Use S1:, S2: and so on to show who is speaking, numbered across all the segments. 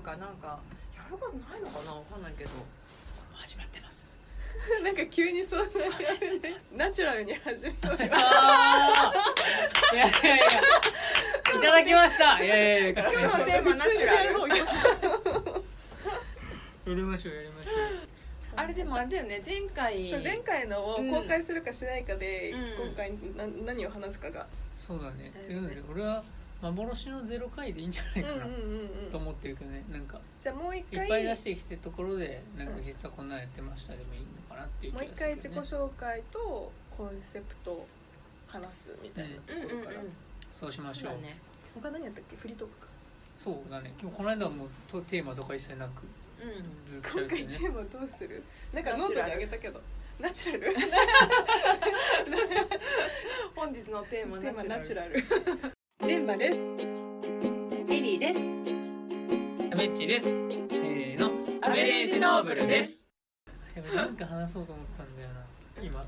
S1: かなんかやることないのかなわかんないけ ど
S2: 始まってます
S3: なんか急にそんな感じでナチュラルに始まる
S2: あーいやいやいやいただきましたいやいやいや
S1: 今日のテーマナチュラル
S2: やりましょうやりましょ
S1: あれでもあれだよね前回
S3: 前回のを公開するかしないかで、
S1: うん
S3: 今回な何を話すかが、
S2: うそうだねっていうので俺は幻のゼロ回でいいんじゃな
S3: う
S2: い
S3: んう
S2: か
S3: んう
S2: なんと
S3: うん
S2: 思ってるけどねなんか
S3: じゃあもう一
S2: い
S3: 回
S2: っぱい出してきてるところでなんか実はこんなんやってましたでもいいのかなっていう気
S3: も
S2: が
S3: う
S2: す
S3: 一
S2: る
S3: 回
S2: け
S3: 自
S2: ど
S3: 己
S2: ね
S3: 紹介とコンセプトを話すみたいな
S1: うん
S3: とこ
S1: うんう
S3: ろ
S1: ん
S3: から、
S2: そうしま
S1: そう
S2: しょう
S1: だね
S3: 他何やったっけフリートークか
S2: そうだね今日この間はもうとテーマとか一切なく
S1: うん
S2: ずっとやっ
S3: 今
S2: てる
S3: 回テ
S2: ね
S3: ーマどうするなんかノートにあげたけどナチュラル
S1: 本日のテーマ
S3: テーマナ
S1: ナ
S3: チ
S1: チ
S3: ュ
S1: ュラ
S3: ラルジンバです
S1: ルエリーです
S2: アベッチですせーの
S3: アベレージノーブルです
S2: やべなんか話そうと思ったんだよな今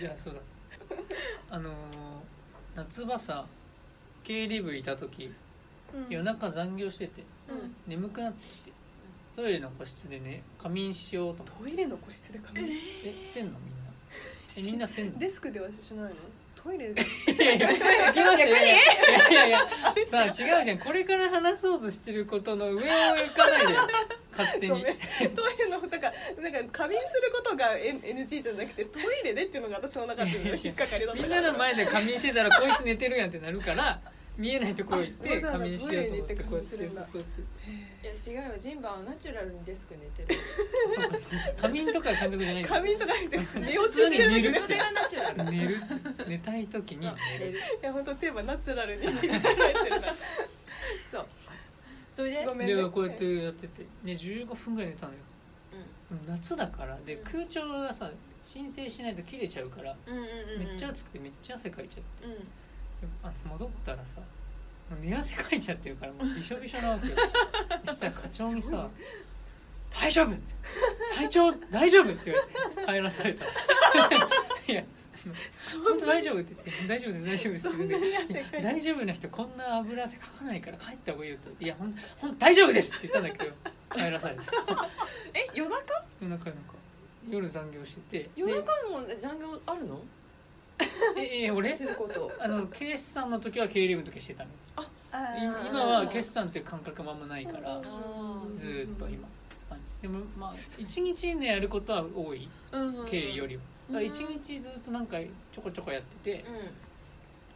S2: じゃあそうだあのー夏場さ経理部いた時夜中残業してて
S3: うん
S2: 眠くなってきてトイレの個室でね仮眠しようと思って
S3: トイレの個室で髪
S2: えせんのみんなえみんなせんの
S3: デスクではしないのトイレで
S2: いやいや、行きましたよいやいやいや、さあ違うじゃん。これから話そうとしてることの上を行かないでよ。勝手
S3: ご
S2: に
S3: めん。トイレのなんかなんか仮眠することが N- NG じゃなくてトイレでっていうのが私の中での引っかかりだった
S2: み
S3: か
S2: ん
S3: ら
S2: なの前で仮眠してたら、こいつ寝てるやんってなるから、見えないところ行っ
S3: あそ
S2: て
S3: うそう
S2: 仮眠しようと思って、こうやって、
S3: トイレに行
S2: こ
S3: っ
S2: うやって。
S1: いや違うよジンバはナチュラルにデスク寝てる
S2: そうかそうか。仮眠とか感覚じゃない
S3: 仮眠とかにて寝落ち
S2: 普通
S3: し
S2: に
S3: てる
S2: 寝るっ
S1: それがナチュラル
S2: て。寝る。寝たい時に
S1: そう
S2: 寝
S1: 寝
S2: る。
S1: る
S3: いや本当テーマナチュラルに考えてるな
S1: そうそれで
S3: ごめんね
S2: で、こうやってやってて。ね、15分ぐらい寝たのよ。夏だから。で、空調がさ、申請しないと切れちゃうから、
S1: うんうんうんうん
S2: めっちゃ暑くてめっちゃ汗かいちゃう。
S1: うん
S2: でもあ戻ったらさもう寝汗かいちゃってるからもうびしょびしょなわ けよそしたら課長にさ「大丈夫体調大丈夫?」って言われて帰らされた いや本当大丈夫って言って「大丈夫です大丈夫です」って言うんで「いや大丈夫な人こんな油汗かかないから帰った方がいいよ」って「いやほんほん大丈夫です」って言ったんだけど帰らされた
S1: え夜中
S2: 夜中なんか夜残業してて
S1: 夜中も残業あるの
S2: でええ俺
S1: すること
S2: あの決算の時は経理部の時してたの
S3: あ
S2: い
S3: ー
S2: 今は決算っていう感覚もあんまないから
S1: ー
S2: ずーっと今感じでもまあ一日ねやることは多い経理よ
S1: り
S2: りはだから一日ずっとなんかちょこちょこやっててっ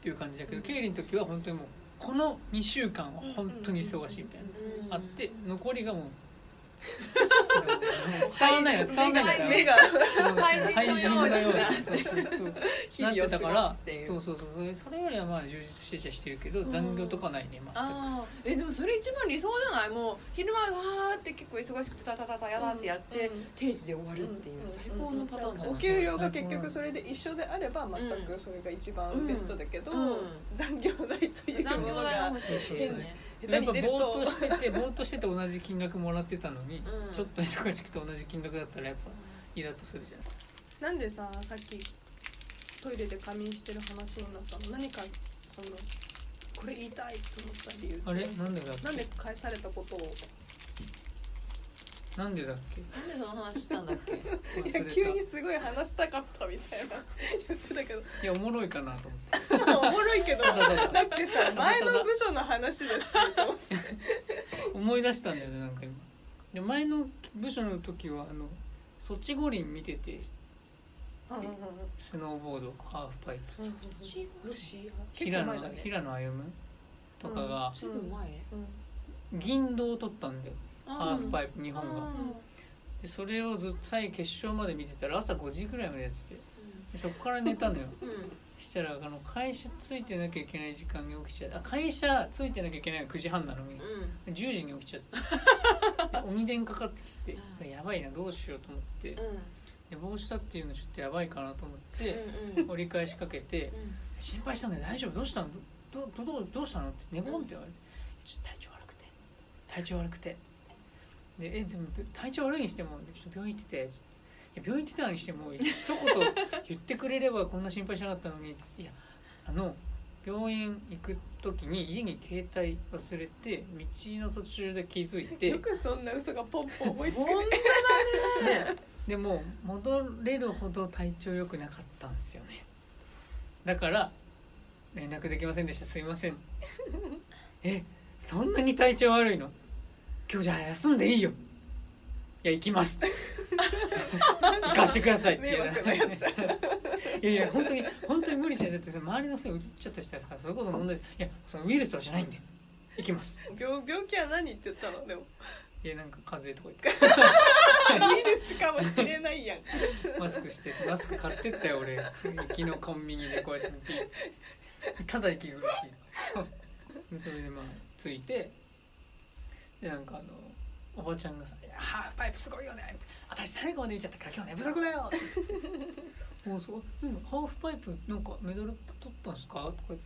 S2: ていう感じだけど経理の時は本当にもうこの2週間は本当に忙しいみたいなあって残りがもう伝わんないよ伝わんないよ
S1: 目が
S2: 廃
S1: 廃
S2: 人
S1: 人
S2: の
S1: の
S2: よ
S1: よ
S2: う
S1: うに
S2: にな
S1: な
S2: そうそうそう
S1: 日
S2: なっ
S1: 々
S2: て
S1: を過
S2: たか
S1: ご
S2: ら
S1: すってい
S2: そう
S1: う
S2: そうそうそれそれよりはまあ充実してちゃしてるけど残業とかはないねまあ
S1: あーえでもそれ一番理想じゃないもう昼間わーって結構忙しくてタタタタやだってやって、
S3: うんうん
S1: 定時で終わるっていう最高のパターンじゃ
S3: お
S1: ない、
S3: 給料が結局それで一緒であれば全くそれが一番ベストだけど、
S1: うん
S3: 残業代という
S1: 残
S3: も
S1: 業
S3: の
S1: 代が
S3: が
S1: 欲しいっていうね
S3: 下
S2: や
S3: 手
S2: っぱぼ
S3: に出る
S2: ー
S3: と
S2: っとしててぼーっとしてて同じ金額もらってたのに、
S1: うん
S2: ちょっと忙しくて同じ金額だったらやっぱイラッとするじゃん
S3: なんでささっきトイレで仮眠してる話になったの何かそのこれ言いたいと思った理由
S2: あれなんでだっけ
S3: なんで返されたことを
S2: なんでだっ
S1: なんでその話したんだっけ
S2: け
S3: い
S2: 忘
S3: や
S2: れた
S3: 急にすごい話したかったみたいな言ってたけど
S2: いやおもろいかなと思って
S3: おもろいけ どだ
S2: ただただ
S3: ってさ前の部署の話だしと思って
S2: 思い出したんだよねなんか今で前の部署の時はあのソチ五輪見ててスノーボードハーフパイプ
S3: ロシア結
S2: 平
S3: 構前
S2: 野
S3: だね
S2: 平野歩夢とかが
S1: すぐ前
S3: うん
S2: 銀銅を取ったんだよ、ハーフ
S1: イ
S2: パイプ日本が、でそれをずっと最後決勝まで見てたら朝5時ぐらいまでやっててでそこから寝たのよ
S1: うんうん
S2: したらあの会社ついてなきゃいけない時間に起きちゃうあ会社ついてなきゃいけないのが9時半なのに10時に起きちゃっ てで鬼電かかってき
S1: う
S2: てやばいなどうしようと思って
S1: うんうん
S2: 寝坊したっていうのちょっとやばいかなと思って
S1: うん
S2: 折り返しかけて「心配したんだよ大丈夫どうしたのどどどうどうしたの?」って「寝ぼん」って言われて「ちょっと体調悪くて」体調悪くて」つってでえでも体調悪いにしてもちょっと病院行ってて」つっていや病院行ってたにしても一言言ってくれればこんな心配しなかったのに」いやあの病院行く時に家に携帯忘れて道の途中で気づいて
S3: よくそんな嘘がポンポン思いつく
S1: 本
S3: ね
S1: 当だね
S2: でも戻れるほど体調良くなかったんですよねだから「連絡できませんでしたすいません」 えそんなに体調悪いの今日じゃあ休んでいいよいや行きます 行かしてくださいってい
S3: 迷
S2: う
S3: 惑なやつ
S2: いやいや本当に本当に無理しないだってそれ周りの人に移っちゃったりしたらさそれこそ問題ですいやそのウイルスとはじゃないんで行きます
S3: 病病気は何って言ったので も
S2: いやなんか風邪とか言って
S3: ウイルスかもしれないやん
S2: マスクしてマスク買ってったよ俺行きのコンビニでこうやってピッただ息苦しいでそれでまあついてでなんかあのおばちゃんがさ「いやハーフパイプすごいよね」私最後まで見ちゃったから今日寝不足だよ」もうそう「でもハーフパイプなんかメダル取ったんすか?」とか言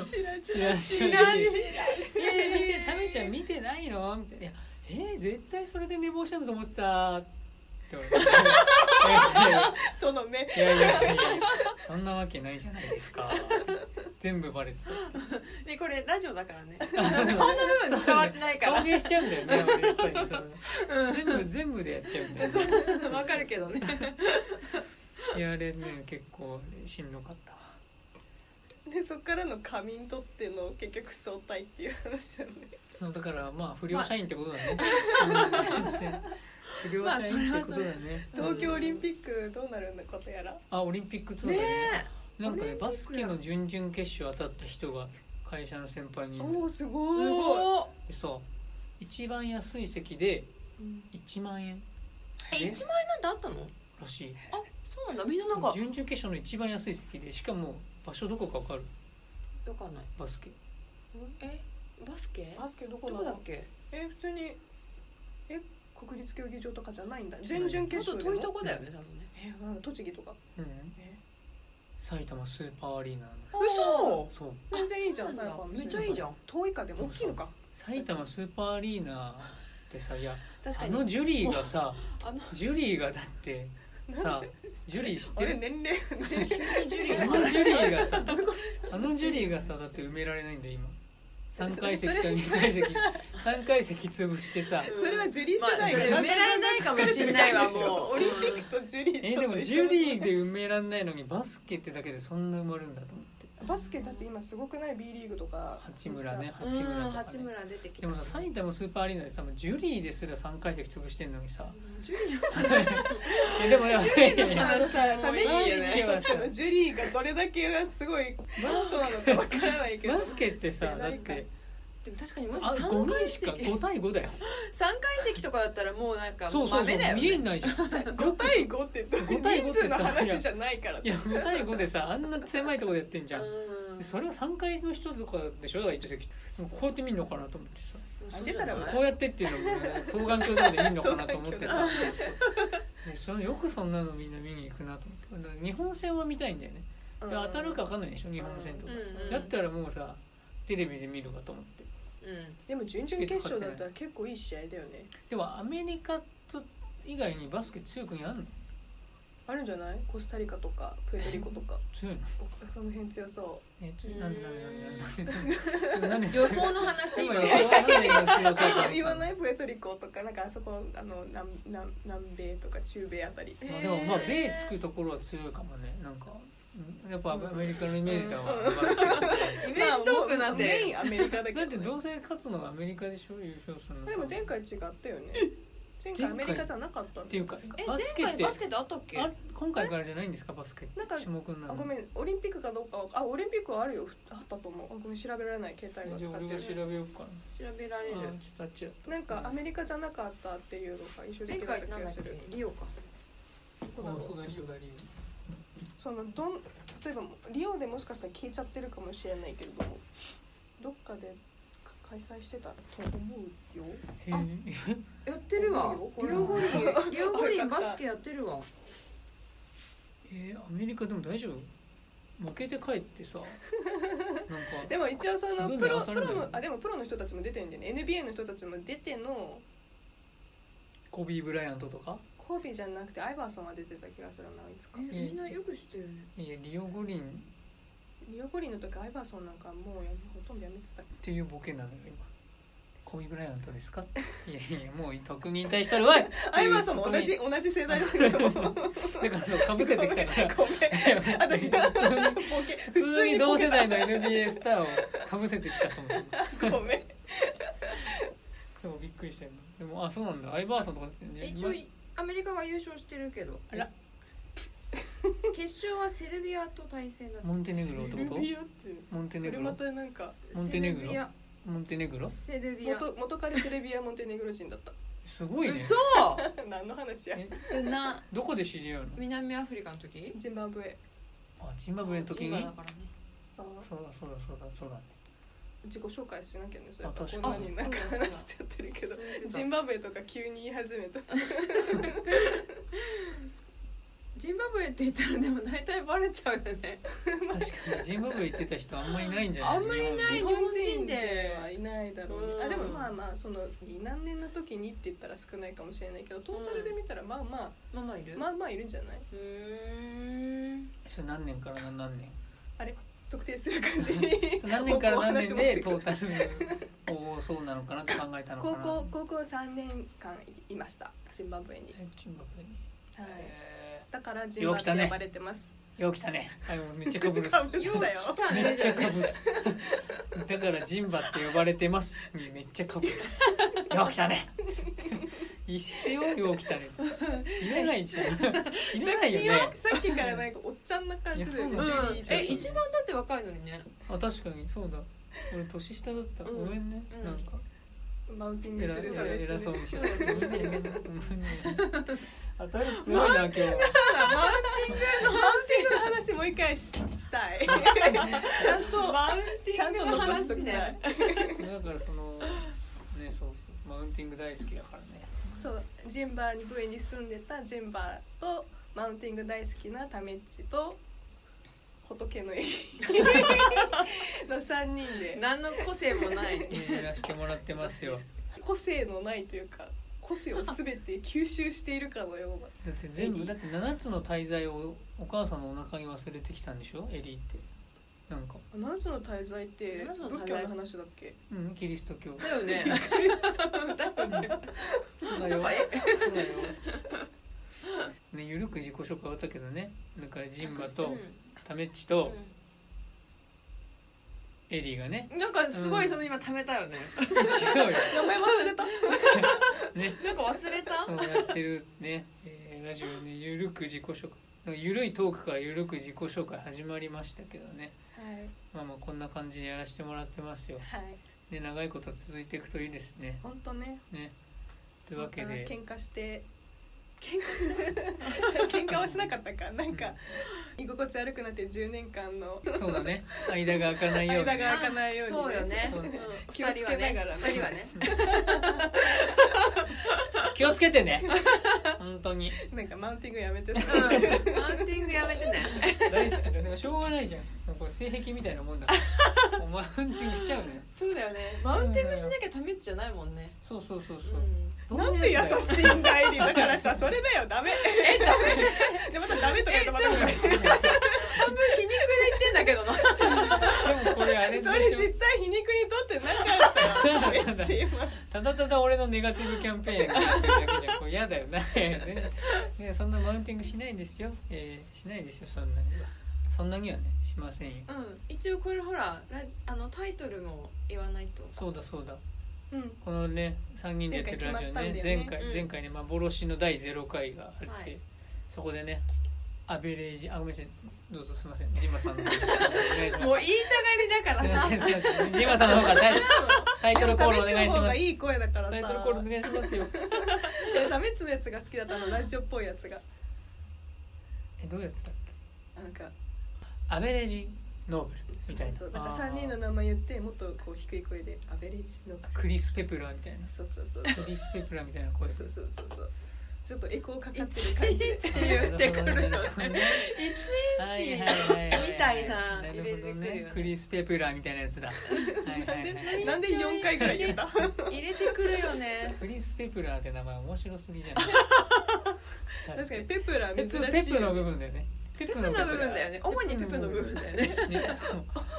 S2: って
S3: 知らん
S2: 知らんし
S3: 知ら ん知らん
S2: 見て見てタメちゃん見てないの?」みたいな「いやえー、絶対それで寝坊したんだと思ってた」って言わ れていやいや
S3: その目
S2: いやいやいやいやそんなわけないじゃないですか全部バレてた
S1: でこれラジオだからねこんな部分伝わってないから
S2: 顔芸しちゃうんだよね俺やっぱりその全部全部でやっちゃうんだよね
S1: わかるけどね
S2: いやあれね結構しんどかったわ
S3: でそっからの仮眠取っての結局相対っていう話だね
S2: だからまあ不良社員ってことだね、うん不良社員ってことだね
S3: 東京オリンピックどうなるのことやら
S2: あオリンピックツアー
S1: ね
S2: だねなんか
S1: オリンピッ
S2: ね
S1: クや
S2: バスケの準々決勝当たった人が会社の先輩にいる
S3: おおす
S1: えす
S3: ごい
S1: ご
S2: そう一番安い席で1万円
S1: いえ
S2: え
S1: 一万円なんてあったの
S2: らしい
S1: あそうなんだみんななんか
S2: 準々決勝の一番安い席でしかも場所どこか分かる
S1: わかんない
S2: バスケ
S1: えバスケ
S3: バスケどこ
S1: ど
S3: な
S1: こ
S3: の
S1: だっけ
S3: え普通にえ国立競技場とかじゃないんだ
S2: じゃな
S3: 準
S2: い
S3: 々決
S1: もっと遠
S3: 勝でも
S1: いとこだよね多分ね
S3: えなんだ栃木とか
S2: うん
S3: え
S2: 埼玉スーパーアリーナの
S1: 嘘
S2: そう
S3: 全然いいじゃん
S1: あそうなだ
S3: 埼玉
S1: めっちゃいいじゃん
S3: 遠いかでも大きいのか
S2: 埼玉スーパーアリーナってさいや
S1: 確か
S2: あ
S1: に
S2: のジュリーがさ
S1: あの
S2: ジュリーがだってさジュリー知っ
S3: あ
S2: て
S3: れ
S2: る
S3: 年齢
S1: ジュリー
S2: あ
S1: が
S2: の ジュリーがさ
S3: どういうこ
S2: あのジュリーがさだって埋められないんだよ今3階席
S3: そ
S2: と
S3: れ
S2: 2階席3階席潰して さ
S3: とそれはジュリー
S1: ま
S3: 世
S1: あ
S3: 代
S1: それ埋められないかもしん ないわもう
S3: オリンピックとジュリ
S2: え
S3: ーち
S2: で
S3: ょっ
S2: も
S3: と
S2: ジュ
S3: 一緒
S2: リーで埋めらんないのにバスケってだけでそんな埋まるんだと思って
S3: バスケだって今すごくない B リーグとか
S2: 八村ね
S1: う
S2: 八村
S1: ん
S2: とか
S1: 八
S2: ね
S1: 村出てき
S2: で
S1: た
S2: もさ埼玉スーパーアリーナでさもうジュリーですら3階席潰してんのにさ
S1: ジュリー
S2: えでもやっぱり
S1: の話も
S3: た
S1: う
S3: め
S1: いい
S3: に
S1: よ
S2: ね
S1: ね
S3: 人のジュリーがどれだけすごい人なのかわからないけど
S2: バスケってさだって
S1: でも確かにもし
S2: あ
S1: 三
S2: 5
S1: 階
S2: 人しか
S1: 席
S2: 5対5だよ
S1: 三階席とかだったらもうなんか
S2: そうそうそう
S1: 豆だよ
S2: 見え
S1: ね
S2: ないじゃん
S3: 5対5ってどう
S2: 5対5
S3: 人
S2: って
S3: 数
S2: さ
S3: の話じゃないから
S2: いや5対5でさあんな狭いとこでやってんじゃん
S1: うん
S2: でそれを3階の人とかでしょだから一応席でもこうやって見るのかなと思ってさ
S1: そうじゃない
S3: あ出たら
S2: こうやってっていうのもね双眼鏡とかで見るのかなと思ってさでそのよくそんなのみんな見に行くなと思ってだから日本戦は見たいんだよねで当たるか分かんないでしょ日本戦とか
S1: うんうん
S2: だったらもうさテレビで見るかと思って
S1: うん
S3: でも準々決勝だったら結構いい試合だよね
S2: でもアメリカと以外にバスケ強い国あんの
S3: あるんじゃないコスタリカとかプエトリコとか
S2: 強いの
S3: その辺強そ
S2: えつ
S1: うん
S2: なんでなんでなんでなんでなんで
S1: 予想の話
S2: 今
S1: 今
S2: 予想なんで予想
S3: う
S2: か
S3: 言わないプエトリコとかなんかあそこあの南南南米とか中米あたり
S2: まあでもまあ米つくところは強いかもねなんかうんやっぱアメリカのイメージだわ、
S3: うん
S2: バスケっ
S1: イ
S2: て
S1: メージ遠くなっ
S3: まあもうメイ
S1: て
S3: ンアメリカだけ
S2: だ
S3: ど
S2: って
S3: ね
S2: どうせ勝つのがアメリカでしょ優勝するの
S3: でも前回違ったよね前回アメリカじゃなかった
S2: っ
S3: んだよ
S2: ていうか
S1: え
S2: バスケ
S1: 前回
S2: って
S1: バスケットあったっけ
S2: あ今回からじゃないんですかバスケって
S3: なんか
S2: 種目にな
S3: あ
S2: る
S3: ごめんオリンピックかどうかはあオリンピックはあるよふあったと思うあごめん調べられない携帯が
S2: じゃあ
S3: 使っ
S2: 俺が
S3: てる
S2: 調べようかな
S1: 調べら
S2: あ
S1: れる
S2: ーちょっとあっちだった
S3: なんかアメリカじゃなかったっていうのが一緒で
S1: 前
S3: きなかっ
S1: 回な
S3: た
S1: んだ
S3: 気が
S1: っ
S3: す
S1: け
S3: る
S1: リオか
S3: どこだ
S2: あ
S3: ろ
S2: そう
S3: う
S2: だリオだリ
S3: そのどん例えばリオでもしかしたら消えちゃってるかもしれないけれどもどっかでか開催してたと思うよ
S2: オ
S1: あ
S2: へえ
S1: やってるわリオ五輪リオ五輪バスケやってるわ
S2: えー、アメリカでも大丈夫負けて帰ってさなんか
S3: でも一応そ
S2: す
S3: の
S2: ごい
S3: プロ
S2: 回さ
S3: プ
S2: れるん
S3: ロ
S2: だよ
S3: のあでもプロの人たちも出てるんだよね NBA の人たちも出ての
S2: コビー・ブライアントとか
S3: コービーじゃなくてアイバーソンは出てた気がするないつ
S1: え
S3: か
S1: みんなよく知ってるね
S2: いやリオ五輪
S3: リオ五輪の時アイバーソンなんかもうやめほとんどやめてたけ
S2: ていうボケなのよ今コミブライアントですかっていやいやもう特に引退したるわい
S3: どアイバーソンも同じ同じ世代だけ
S2: だ
S3: ど
S2: からそうかぶせてきたから
S3: ごめん私
S2: 普通に
S3: ボケ
S2: 普通に同世代の
S3: ボケ
S2: NBA スターをかぶせてきたと思って
S3: たごめん
S2: でもびっくりしてるのでもあそうなんだアイバーソンとか
S1: え一応アメリカが優勝してるけど
S2: あら
S1: 決勝はセルビアと対戦だった
S2: モンテネグロって
S3: ル
S2: こ
S3: ビアって
S2: とモンテ
S3: そ
S2: ネ
S3: れ
S2: グ
S3: ま
S2: ロ
S3: たなんか
S2: モン
S1: セ
S2: テネ
S1: ル
S2: グロ
S1: ビア
S2: モンテネグロ
S1: セルビア
S3: 元元彼セルビアモンテネグロ人だった
S2: すごいね
S1: 嘘
S3: 何の話や
S2: え
S1: そんな
S2: どこで知り合うの
S1: 南アフリカの時
S3: ジンバブエ
S2: あジンバブエの時
S1: ジン
S2: に
S1: バだからね
S3: さあ
S2: そうだそうだそうだそうだね
S3: 自己紹介しなきゃねそういえば
S2: あ
S3: こ
S2: 確
S3: ん
S2: か
S3: な
S2: に
S3: になんか
S1: あそうだそうだ
S3: 話しちゃってるけど
S1: そう言ってた
S3: ジンバブエとか急に言い始めた
S1: ジンバブエって言ったらでも大体バレちゃうよね
S2: 確かにジンバブエ行ってた人あんまりいないんじゃない
S1: あんまりない
S3: 日
S1: 日
S3: 本
S1: 本
S3: 人
S1: 人
S3: で
S1: で
S3: はいないだろうね、
S1: うん
S3: あでもまあまあその罹難年の時にって言ったら少ないかもしれないけどトータルで見たらまあま
S1: ママいる
S3: あまあまあいるんじゃないう
S1: ーん
S2: それ何年から何何年
S3: 特定する感じに
S2: そう何年から何年で
S3: お話持
S2: ト
S3: って
S2: ータルをそうなのかなって考えたのか
S3: 高
S2: な
S3: 校高校3年間いましたジンバブエに、
S2: えジンバブエに
S3: はい、
S2: へ
S3: だからジンバ
S2: よう来
S3: ブ
S2: た
S3: エ
S2: ね
S3: 呼ばれてます、
S2: ーよう来たねあもうめっちゃかぶるっす
S3: かぶったよ
S1: 来た
S2: めっ
S1: ね
S2: ちゃかぶすだからジンバって呼ばれてますにめっちゃかぶすよう来たね必要よう来たねいらないじゃんいらないよね
S3: さっきからなんかおっちゃんな感じで
S2: いや
S1: う
S2: そ
S1: んえ
S2: い
S1: 一番だって若いのにね
S2: あ確かにそうだ俺年下だった、
S1: うん
S2: ごめんね、
S1: うん
S2: なんか
S3: マウンティング
S2: 偉
S3: するた
S2: 偉
S3: め
S2: 偉
S3: に
S2: そうにして
S1: そうにしてるけど
S2: ごめ んね当たり強いな
S1: マウ
S2: 今日
S3: マウンティングの話もう一回ししたいちゃんと
S1: マウンテ
S3: ちゃ
S1: ィン
S3: んと
S1: グの
S3: 残しと
S1: 話
S3: きたい
S1: ね
S2: だからそのねそうそうマウンティング大好きだからね
S3: そうジンバーにブエに住んでたジンバーとマウンティング大好きなタメッチと仏の家 の3人で
S1: 何の個性も ない
S2: いらしてもらってますよ
S3: 個性のないというか個性を全て吸収しているかのよう
S2: だ
S3: な
S2: って全部だって7つの滞在をお母さんのお腹に忘れてきたんでしょエリーってなんか、
S3: 7つの滞在って
S1: 七つの滞在
S3: 仏教の話だっけ
S2: うん、キリスト教
S1: だよね
S2: そうだよそうだよねゆるく自己紹介あったけどねだからジンバ
S1: う
S2: と
S1: ん
S2: タメッチとエリー がね
S1: うんなんかすごいその今貯めたよね
S2: 違うよ
S3: 名前忘れた
S2: ね
S1: なんか忘れた
S2: そうやってるね、えーラジオねゆるく自己紹介なんかゆるいトークからゆるく自己紹介始まりましたけどね
S3: はい
S2: まあまあこんな感じでやらせてもらってますよ
S3: はい
S2: ね長いこと続いていくといいですね
S3: 本当ね
S2: というわけで
S3: 喧嘩して喧嘩 して喧嘩はしなかったかなんか、居心地悪くなって10年間の
S2: うんそうだね間が開かないようにね、
S3: 間が開かないようにね
S1: そうよね
S2: そうね
S1: うん
S3: 気をつけながらね
S1: 二人はね
S2: 気をつけて ね本当に
S3: なんかマウンティングやめてさ
S1: 二人はねうんマウンティングやめてね
S2: 大好きだなんかしょうがないじゃんもうこれ性癖みたいなもんだ からお前マウンティングしちゃうのよ
S1: そうだよねマウンティングしなきゃ貯めっちゃないもんね
S2: そうそうそう
S1: う
S2: そう、
S1: ん
S2: ど
S3: なん
S2: や
S3: て優
S2: つだよ
S3: しいんだいりだからさそれだよダメえダメ でまたダメとか言うとまた
S1: え半分皮肉で言ってんだけどな
S2: でもこれあれでし
S3: そ
S2: ょ
S3: れ絶対皮肉にとってなかった よめっちゃ今
S2: ただただ俺のネガティブキャンペーンがやってるだけじゃんこれ嫌だ よな、ねね、そんなマウンティングしないんですよ、えーしないですよそんなにはそんなにはねしませんよ
S1: うん一応これほらラジあのタイトルも言わないと
S2: そうだそうだ
S3: うん
S2: このね3人でやってるラジオね前
S3: 前回決
S2: 回
S3: まったんだ
S1: よねうん
S2: 前回ね幻の第0回があって、
S1: はい
S2: そこでねアベレージあごめんなさいどうぞすいませんジンマさんの方からお
S1: もう
S2: 願いし
S1: 言いた
S2: ま
S1: がり
S2: すす
S1: だか
S2: いませ
S1: ら
S2: ん
S1: さ
S2: すいませんジンマさんの方からタイタイトルコールお願いし
S3: でも
S2: ま
S3: ダメッチの方が
S2: す
S3: いい声だからさ
S2: タイトルコールお願いしますよ
S3: でダメッチのやつが好きだったのラジオっぽいやつが
S2: えどうやってたっけ
S3: なんか
S2: アベレージノーブルみたいな
S3: そうそうなんか
S2: あー
S3: 3人の名前言ってもっとこう低い声でアベレージの
S2: クリス・ペプラーみたいな
S3: そうそうそう
S2: クリス・ペプラーみたいな 声
S3: そうそうそうそうちょっとエコーかかってる
S1: 一
S3: 感じで
S1: 日言ってくるよねい
S2: は
S1: ちい
S2: い
S1: ち
S2: はいはい
S1: みたいな
S2: な
S1: 入
S2: る
S1: れて
S2: ほど
S1: くる
S2: ね
S1: よ
S2: ク
S1: ね
S2: リス・ペプラーみたいなやつだはいはいはい
S3: なんで4回ぐらい言 った
S1: 入れてくるよね
S2: クリス・ペプラーって名前面白すぎじゃない
S3: 確かにペプラー珍しい
S2: ペプペプの部分だよねペ
S1: ペプの部分だよね主にペプの部分だよね
S2: ね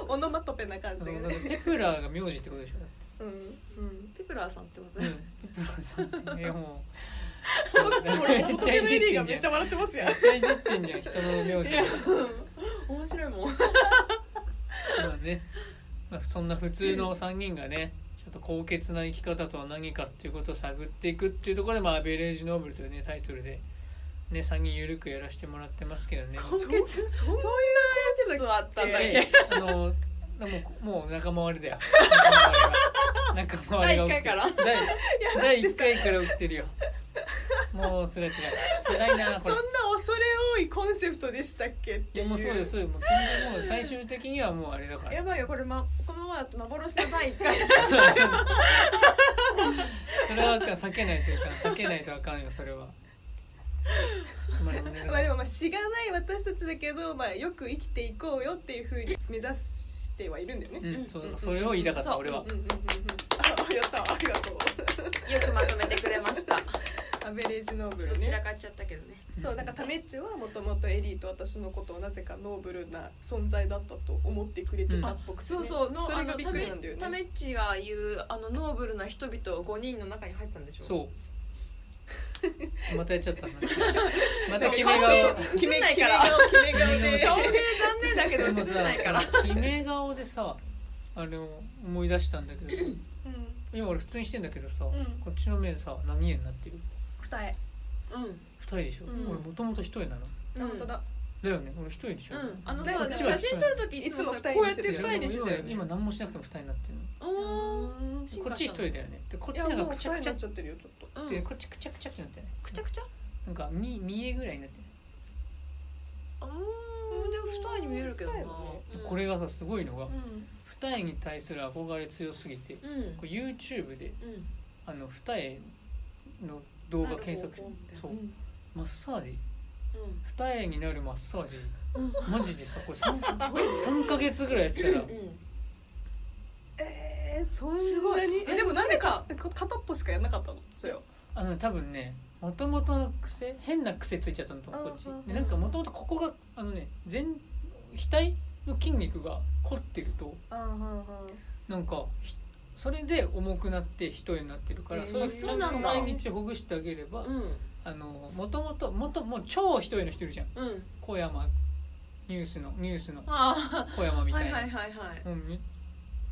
S3: オノマトペな感じ
S2: そ
S3: が
S2: うだから
S3: ね
S2: ペプラーが名字ってことでしょ
S3: うんうん
S1: ペプラーさんってこと
S2: う
S1: だ
S2: んペ
S1: よね
S2: プラーさんっていやも
S3: ほら仏のエリーがめっちゃ笑ってます
S2: う
S3: よ
S2: めっちゃいじってんじゃん人の名字
S1: いや面白いもん
S2: まあね、まあ、そんな普通の3人がねちょっと高潔な生き方とは何かっていうことを探っていくっていうところで、まあ、アベレージノーブルというねタイトルで、ね、3人ゆるくやらせてもらってますけどね。
S1: 高血そういうコンセプトだったんだっ
S2: で
S1: け
S2: あのでもこもう仲間割れだよ。仲間割れ
S1: 第
S2: が
S1: 一回から
S2: 第第1回から起きてるよ。もうつらいつらい。辛いな
S3: そ
S2: こ
S3: ん
S2: れ
S3: な。恐れ多いコンセプトでしたっけって
S2: いや
S3: いう
S2: もうそうよそうよもう全然もう最終的にはもうあれだから。
S1: やばいよこれ、ま、このままだと幻の第一回
S2: そうだねそれは避けないといかん避けないとあかんよそれはまあでもね
S3: まあでもまあしがない私たちだけど、まあ、よく生きていこうよっていうふうに目指してはいるんだよね。
S2: うんそうそれを言いたかっ
S1: そ
S2: た
S1: う
S2: 俺は
S3: うんうんうんうんああやったありがとう。
S1: よくまとめてくれました
S3: アベレージノーブ
S1: ちょっ
S3: ル
S1: と散ら
S3: ね。
S1: かっちゃったけどね
S3: そうなんかタメッチはもともとエリーと私のことをなぜかノーブルな存在だったと思ってくれてたっぽくてね、
S1: そうそうの
S3: そ
S1: あ
S3: れ
S1: の
S3: がびったく
S1: め
S3: りなんだよね。
S1: ためっちが言うあのノーブルな人々五人の中に入ってたんでしょ
S2: そうまたやっち ゃったま
S1: そ
S2: た
S1: う
S2: 決め
S1: 顔
S2: 顔
S1: が映んないから
S3: 決め顔決め
S1: 顔
S3: 顔
S1: 芸
S3: で。
S1: 残念だけど
S2: でも
S1: 映んないから
S2: さ決め顔でさあれを思い出したんだけど
S3: うん
S2: 今俺普通にしてんだけどさ、
S3: ん
S2: こっちの目さ何円になってる
S3: 二重。
S1: うん
S2: 二人でしょ、
S3: うん
S2: 俺もともと一人なの
S1: うん
S3: 本当だ。
S2: だよね俺一人でしょ、
S1: うんあの
S3: でも
S1: さ
S3: こっ
S1: で
S3: ち
S1: も
S2: は
S1: 写真撮る時いつもさこうやって
S2: い
S1: 二
S2: や
S1: 重にしてたよ
S2: でも
S1: ね
S2: 今何もしなくても二人になってるの
S1: おー
S3: うん
S2: こっち一人だよねでこっちなん
S3: いや
S2: か
S3: もう
S2: くちゃくちゃ
S3: 二重になっ
S2: っ
S3: ちゃってるよちょっと。
S1: うん
S2: てこっちくちゃくちゃってなってない
S1: くちゃくちゃ
S2: なんかみ見えぐらいになってな
S1: うーんでも二重に見えるけどな
S3: 二重だね
S2: いこれ
S1: が
S2: がさすごいのが
S3: うん。
S2: 二重に対する憧れ強すぎて
S1: うん
S2: これ YouTube で
S1: うん
S2: あの二重の動画検索して
S1: なるほど
S2: そう
S3: うん
S2: マッサージ二重になるマッサージ
S1: うん
S2: マジでさこ れ三三ヶ月ぐらいやってたら
S1: うん
S3: えー、そん
S1: すご
S3: ないに
S1: え
S3: えでもなんでかか片っぽしかやんなかったのそれを
S2: あの多分ねもともとの癖変な癖ついちゃったのと思うこっち
S3: うんうんうん
S2: でなんかもともとここがあのね前額の筋肉が凝ってると
S3: あはは
S2: なんかひそれで重くなって一重になってるから、
S3: えー
S2: それをちゃんと
S1: そうなんだ
S2: 毎日ほぐしてあげれば、
S1: うん
S2: あのもともともともう超一重の人いるじゃん
S1: うん
S2: 小山ニュースのニュースの
S1: あ
S2: 小山
S1: あ
S2: みた
S1: はいい
S2: な、
S1: はいはいはい
S2: もうめっ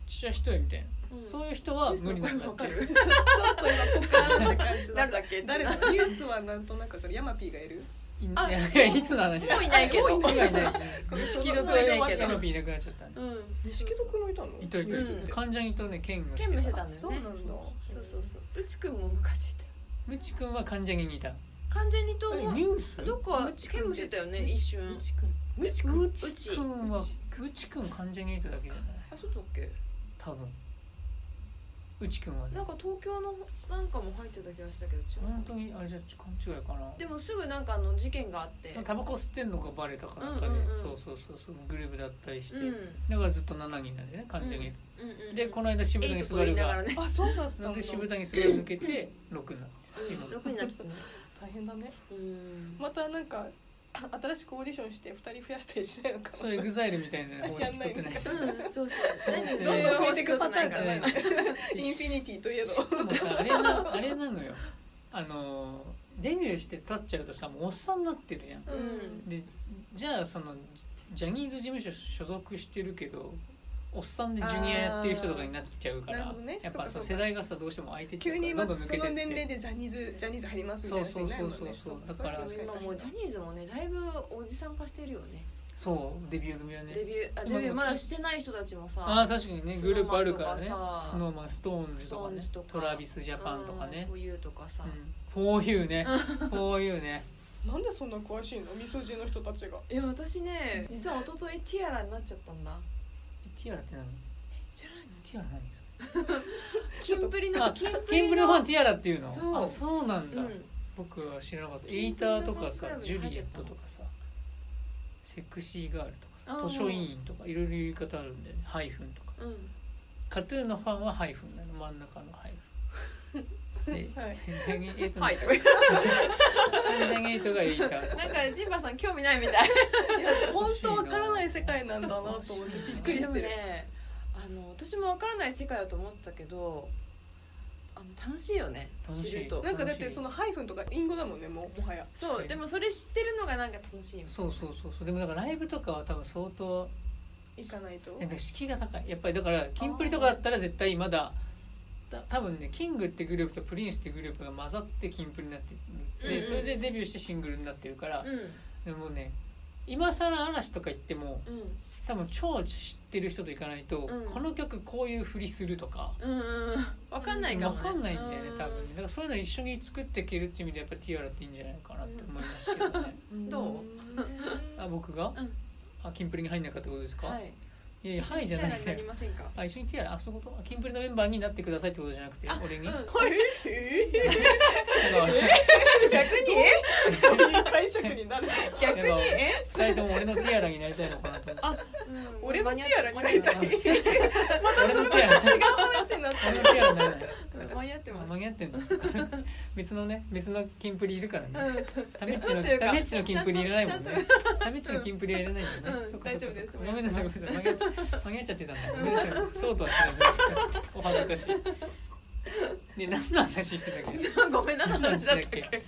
S2: ちゃ一重みたいな、
S1: うん
S2: そういう人は無理なんだって
S1: る
S3: ちょっと今ポカーンって感じだ
S1: 誰だっけ
S3: 誰だ
S1: も
S3: ニュースはなんとなくだからヤマピーがいる
S2: い
S1: あ
S2: やいやいつの話だ
S1: ういないけど
S3: もう
S2: 今いない錦戸と
S1: もういないけど
S2: 山ピーいなくなっちゃったんで
S1: うん
S3: 錦戸くんもいたの
S2: いといと
S3: ニ
S2: い
S3: ュースって
S2: と患者にとね兼務
S1: 兼務して
S2: た
S1: たんだ
S3: そ
S1: よ
S3: うな
S1: ね
S3: んだ
S1: そうそうそううちくんも昔いたよ
S2: むち君は患者に似た
S1: 完全にと
S2: え
S1: 思
S2: ニ
S1: う
S2: ュース
S1: どっか兼務してたよね一瞬
S3: うちくんむちくん
S1: うち
S2: 君はむち君患者に似ただけじゃない
S1: あそうだっけ
S2: 多分うちくんはね
S1: なんか東京のなんかも入ってた気がしたけど違
S2: 本
S1: う
S2: 当にあれじゃ勘違いかな
S1: でもすぐなんかあの事件があって
S2: タバコ吸ってんのがバレたかなんかで、
S1: うんうんうん
S2: そうそうそうそうグループだったりして、
S1: うんうん
S2: だからずっと7人なんでね患者に、
S1: うんうん
S2: でこの間渋
S1: え
S2: 谷
S1: い
S2: に
S1: と
S2: す
S1: こ
S2: が
S1: 言い
S2: る
S1: ながら
S2: が
S1: ね
S3: あそうだった
S2: なんんで
S3: だ
S2: 渋谷にすがる抜けて6になって今
S1: 6になっちゃったね
S3: 大変だね
S1: うん
S3: またなんか新しくオーディションして二人増やしたりしないのかな
S2: そういうエグザイルみたいな方式取ってないです
S1: うんそうそう何
S2: えー
S3: どんどん増えていくパターンじゃ
S1: か
S3: ない
S1: ら
S3: のインフィニティといえど
S2: でもさあれなあれなのよあのデビューして立っちゃうとさもうおっさんになってるじゃん
S1: うん
S2: でじゃあそのジャニーズ事務所所属してるけどおっさんでジュニアやってる人とかになっちゃうか
S3: あーな
S2: ら
S3: るほどね
S2: やっぱ
S3: そ
S2: そ
S3: っかそっ
S2: う
S3: か
S2: 世代がさどうしても空いてっちゃ
S3: 急
S2: うか
S3: に
S2: ら
S3: 今
S2: どんどん抜
S3: そ
S2: けて
S3: の
S2: って
S3: 年齢でジャニーズジャニーズ入りますみたいな人いないもんね
S2: そうそうそうそう
S3: っか
S2: だから
S3: そ
S1: で
S3: れ
S1: も
S3: は
S1: 今もうジャニーズもねだいぶおじさん化してるよね
S2: そうデビュー組はね
S1: デビューあデビューまだしてない人たちもさ
S2: ああ確かにねグループあるからね
S1: スノーマンとかさ
S2: スノーマンストーンズ
S1: ス
S2: と
S1: ト
S2: か
S1: ーン
S2: ね
S1: ズとか
S2: トラビスジャパンとかね
S1: うん冬とかさ、
S2: フォーヒューねフォーヒューね
S3: なんでそんな詳しいのみそじの人たちが
S1: いや私ね実は一昨日ティアラになっちゃったんだ
S2: ティアラって何
S1: 知らないの
S2: ティアラ何それ
S1: キンプリの
S2: あ
S1: キンプ
S2: ケン
S1: リ
S2: ブルファン
S1: の
S2: ティアラっていうの
S1: そう
S2: あそうなんだ、
S1: うん
S2: 僕は知らなかったエ
S1: キ
S2: イ
S1: ンプ
S2: タ
S1: リの
S2: ーとかさ
S1: ファンク
S2: ジ
S1: ラ
S2: ュ
S1: ブに入っ
S2: リ
S1: ち
S2: エ
S1: ゃ
S2: ッ
S1: った
S2: ト
S1: の
S2: とかさセクシーガールと
S1: あー
S2: かさ図書委員とかいろいろ言い方あるんだよねハイフンとか
S1: うん
S2: カトゥーンのファンはハイフンなの真ん中のハイフ で
S3: はい
S2: ヘンゼンゲイトの
S1: はい
S2: ヘンゼンゲイトが言いた
S1: なんかジンバさん興味ないみたい
S3: いや本当わからない世界なんだなと思ってびっくりしてる
S1: でもねあの私も分からない世界だと思ってたけどあの楽しいよね
S2: 楽しい
S1: 知ると
S3: なんかだってそのハイフンとかインゴだもんねもうもはや
S1: そ
S2: は
S1: う
S2: い
S1: でもそれ知ってるのがなんか楽しいみたい
S2: そうそうそうそうでもだからライブとかは多分相当
S3: 行かないと
S2: なんか敷居が高いやっぱりだからキンプリとかだったら絶対まだた多分ねキングってグループとプリンスってグループが混ざってキンプリになってるで、
S1: うんうん
S2: それでデビューしてシングルになってるから、
S1: なうん
S2: でもね今更嵐とか言っても
S1: うん
S2: 多分超知ってる人と行かないと、
S1: うん
S2: この曲こういう振りするとか
S1: うんうん分かんない
S2: 分
S1: かも、ね、
S2: かんないんだよね
S1: う
S2: 多分ねだからそういうの一緒に作っていけるっていう意味でやっぱティアラっていいんじゃないかなって思いますけどね、
S1: どう
S2: あ僕が、
S1: うん
S2: あキンプリに入んなかったことですか、、
S1: はいい
S2: やいやはいじゃ
S1: 一緒
S2: な
S1: にキ
S2: い
S1: ャラにな
S2: んだ
S1: り
S2: よ
S1: ませんか
S2: あ一緒にティアラあそういうことあキンプリのメンバーになってくださいってことじゃなくて俺に、
S1: うん
S2: だか
S3: はいえ
S2: ら
S1: 逆にえ
S3: そういう解釈になる
S1: 逆にえ
S2: 二人とも俺のティアラになりたいのかなと思って
S1: あ、うん
S3: 俺のティアラになりたい
S1: 間
S2: 俺のティアラ
S3: 違う話になって
S2: 俺のティアラにならない
S1: 合って間に合ってます
S2: 間に合ってんだそっかそっか別のね別のキンプリいるからねタメッ
S1: 別
S2: チ
S1: っ
S2: の
S1: ていうか
S2: タメッチのキンプリいらないもんね
S1: ちゃん
S2: タメッチのキンプリはいらないんだね
S1: うん
S2: そっか
S1: 大丈
S2: そっ
S1: 夫
S2: かそ
S1: です
S2: っかごめんなさいごめんなさい間に合っ間に合っちゃってたんだごめんなさいそうとは知らずお恥ずかしいね何の話してたっけ
S1: うんごめんなさい
S2: 何の
S1: 話
S2: 話
S1: だ
S2: だ
S1: っ
S2: ったけテ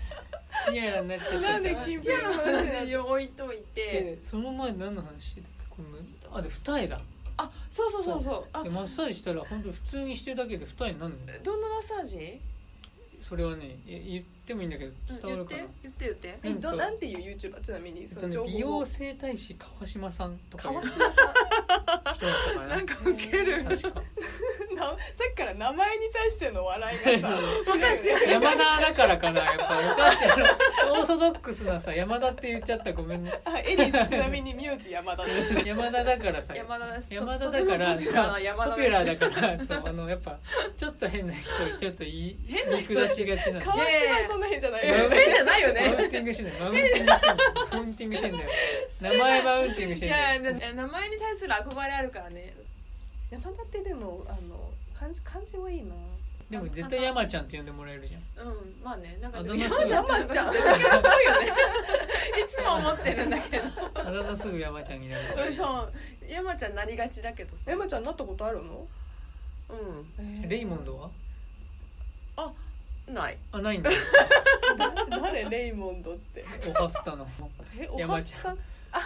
S2: ィアラになっちゃってた
S3: なんで
S1: テ
S3: キン
S1: ィアラの話を置いといて
S2: その前何の話してたっけこれむあで二重だ
S1: あそうそうそうそうあ
S2: でマッサージしたら本当普通にしてるだけで二重になるのよ
S1: どんなマッサージ
S2: それはねえ言ってもいいんだけど
S1: うん
S2: 伝わ
S1: 言
S2: る
S1: っ
S2: か
S1: て
S2: な
S1: 言って言って
S3: えどなんていう YouTuber ちなみに
S2: えっ
S3: そ
S2: と
S3: の
S2: ね
S3: 情
S2: 美
S3: 報
S2: 容
S3: を
S2: 整体師川島さんとかいう
S3: 川
S2: 人
S3: 島さ
S2: だっ
S3: ん
S2: たかな
S1: なんかウケる
S2: 確か
S3: なさっきから名前に対しての笑 いがさ分かっちゃう
S2: 山田だからかなやっぱおかしいあのオーソドックスなさ山田って言っちゃったごめんね
S3: あエリーちなみに名字山 田です
S2: 山田だからさ
S1: 山田です
S2: 山田だから
S1: ととてもポピュラーな山田
S2: ポ
S1: で
S2: ピ
S1: す
S2: ュラーだからそうあのやっぱちょっと変な人ちょっと言い見下しがちなの
S3: 川島はそんな変じゃない
S1: え
S2: ね
S1: えじゃないよ
S2: マウ
S1: ね
S2: ン ティングしてんだよマウンティングしてんだよマウンティングしてんだよ名前マウンティングし
S1: い
S2: てんだ
S1: や
S2: よ
S1: いや名前に対する憧れあるからね
S3: 山田ってでもあの漢字漢字もいいな
S2: でも絶対山ちゃんって呼んでもらえるじゃん
S1: うんまあねなんか
S2: あ
S1: で
S2: ど
S1: も
S2: んな
S1: 山ちゃんってなんかちょっと余計な多いよねいつも思ってるんだけど
S2: あだ名すぐ山ちゃんになる
S1: うんそう山ちゃんなりがちだけどさ
S3: 山ちゃんなったことあるの
S1: う
S2: レイモンドは
S1: んない
S2: あないんだよ
S3: 誰レイモンドって
S2: オハスタの
S3: えお
S2: 山
S3: は
S2: ち
S3: ち
S2: ゃ
S3: ゃん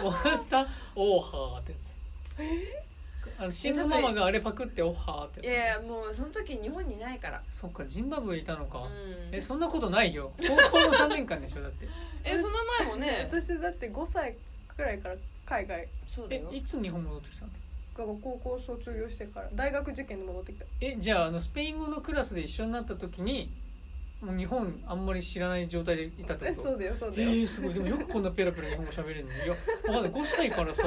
S2: オハスタオーハーってやつあのシングママがあれパクってオッハーって
S1: い
S2: やつ
S1: やいやもうその時日本にいないから
S2: そっかジンバブエいたのか、
S1: うん
S2: えそんなことないよ高校の3年間でしょだって
S1: えその前もね
S3: 私だって5歳くらいから海外
S1: そうだ
S2: え
S1: よ
S2: いつ日本戻ってきたの
S3: が高校卒業してから大学受験で戻ってきた
S2: えじゃああのスペイン語のクラスで一緒になった時にもう日本あんまり知らない状態でいたって
S3: え
S2: こ
S3: そ
S2: と
S3: うだよそう
S2: え
S3: だよ
S2: ー、すごいでもよくこんなペラペラ日本語喋れるのいやわかんない5歳から さ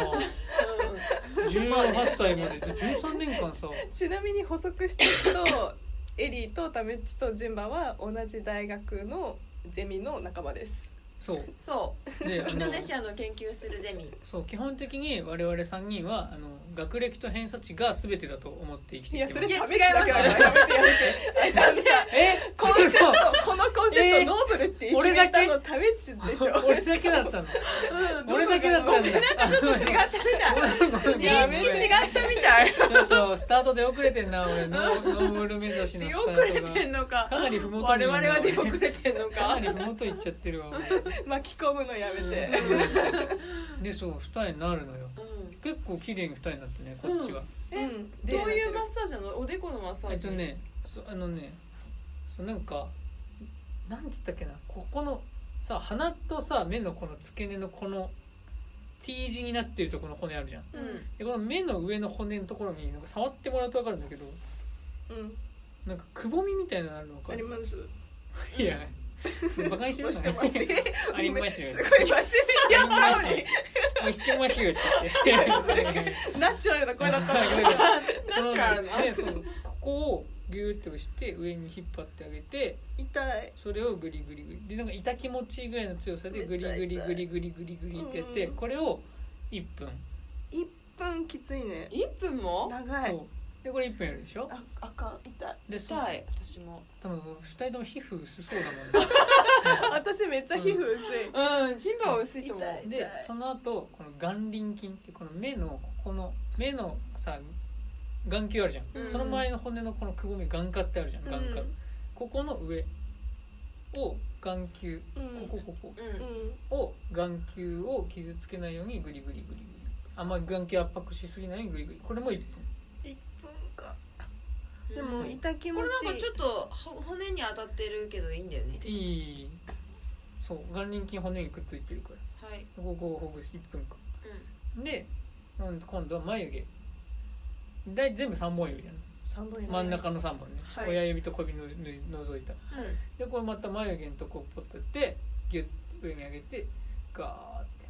S2: 18歳までで13年間さ
S3: ちなみに補足していく とエリーとタメッチとジンバは同じ大学のゼミの仲間です
S2: そう
S1: そ
S2: で
S1: うインドネシ
S2: ア
S1: アの研究するゼ ミ
S2: そう基本的に我々3人はあの学歴と偏差値が全てだと思って生きて
S3: い
S2: きて
S3: や
S2: ます
S3: それ
S1: いや
S3: タメッチだけだから
S1: 違い
S3: やめてやめてあのさ
S2: え
S3: コンセプ
S2: そう
S3: トこのコンセプトノーブルって決めたのタメッチでし ょ
S2: 俺だけだったの
S1: うん
S2: 俺だけだったんだなんかちょっと違っ
S1: 違ったみたい認識違ったみ たい
S2: ちょっとスタート出遅れてんな俺ノーノーブル目指しの
S1: 出
S2: ス
S1: 遅
S2: タ
S1: れ
S2: ート
S1: てんの
S2: が
S1: か
S2: かなり不元
S1: 我
S2: に
S1: 々は出遅
S2: か
S1: れてんのか
S2: なり不元いっちゃってるわ
S3: 巻き込むのやめて
S2: でそう二重になるのよ
S1: うん
S2: 結構綺麗に二重になってねこっちは、
S1: え
S3: ん
S1: どういうマッサージなのおでこのマッサ
S2: え
S1: ー
S2: っと
S1: ジ
S2: ねそあのねそうなんかなんつったっけなここのさ鼻とさ目のこの付け根のこの T 字になってるところの骨あるじゃん
S1: うん
S2: でこの目の上の骨のところになんか触ってもらうと分かるんだけど
S3: うん
S2: なんかくぼみみたいなのあるのか
S3: あります
S2: いやバカにしてる
S3: 押 してます ね
S2: ありますよ
S3: すごい真面目 にやったのに
S2: もう一回まひよって言 って
S3: ナチュラルな声だったのに
S1: ナチュラルな
S2: でそうここをギューって押して上に引っ張ってあげて
S3: 痛い
S2: それをグリグリグリでなんか痛気持ちいいぐらいの強さでグリグリグリグリグリグリってやって
S3: うん
S2: これを1分
S3: 一分きついね
S1: 1分も
S3: 長い
S2: そうでこれ1分やるでしょ
S3: あ赤痛い
S2: で
S1: 痛い私も
S2: 多分2人とも皮膚薄そうだもんね
S3: 私めっちゃ皮膚薄い、
S1: うんジンバは薄いと思う
S3: 痛い
S2: でその後この眼輪筋っていうこの目のここの目のさ眼球あるじゃん、
S1: うん
S2: その周りの骨のこのくぼみ眼窩ってあるじゃん眼窩、ここの上を眼球
S3: うん
S2: ここここ
S1: うん
S3: う
S2: を眼球を傷つけないようにグリグリグリグリあんまり眼球圧迫しすぎないようにグリグリこれも1分
S3: ん一分か
S1: うん
S3: でも痛気持
S1: こ
S3: ち
S1: れ
S3: いい
S1: なんかちょっとほ骨に当たってるけどいいんだよね
S2: いいそう眼輪筋骨にくっついてるから
S1: はい
S2: ここをほぐし1分間でうん今度は眉毛だい全部3本指やな
S3: 三本指
S2: 真ん中の3本ね、
S3: はい
S2: 親指と小指のぬい覗いた
S1: うんうん
S2: でこれまた眉毛のとこをポッとやってギュッて上に上げてガーって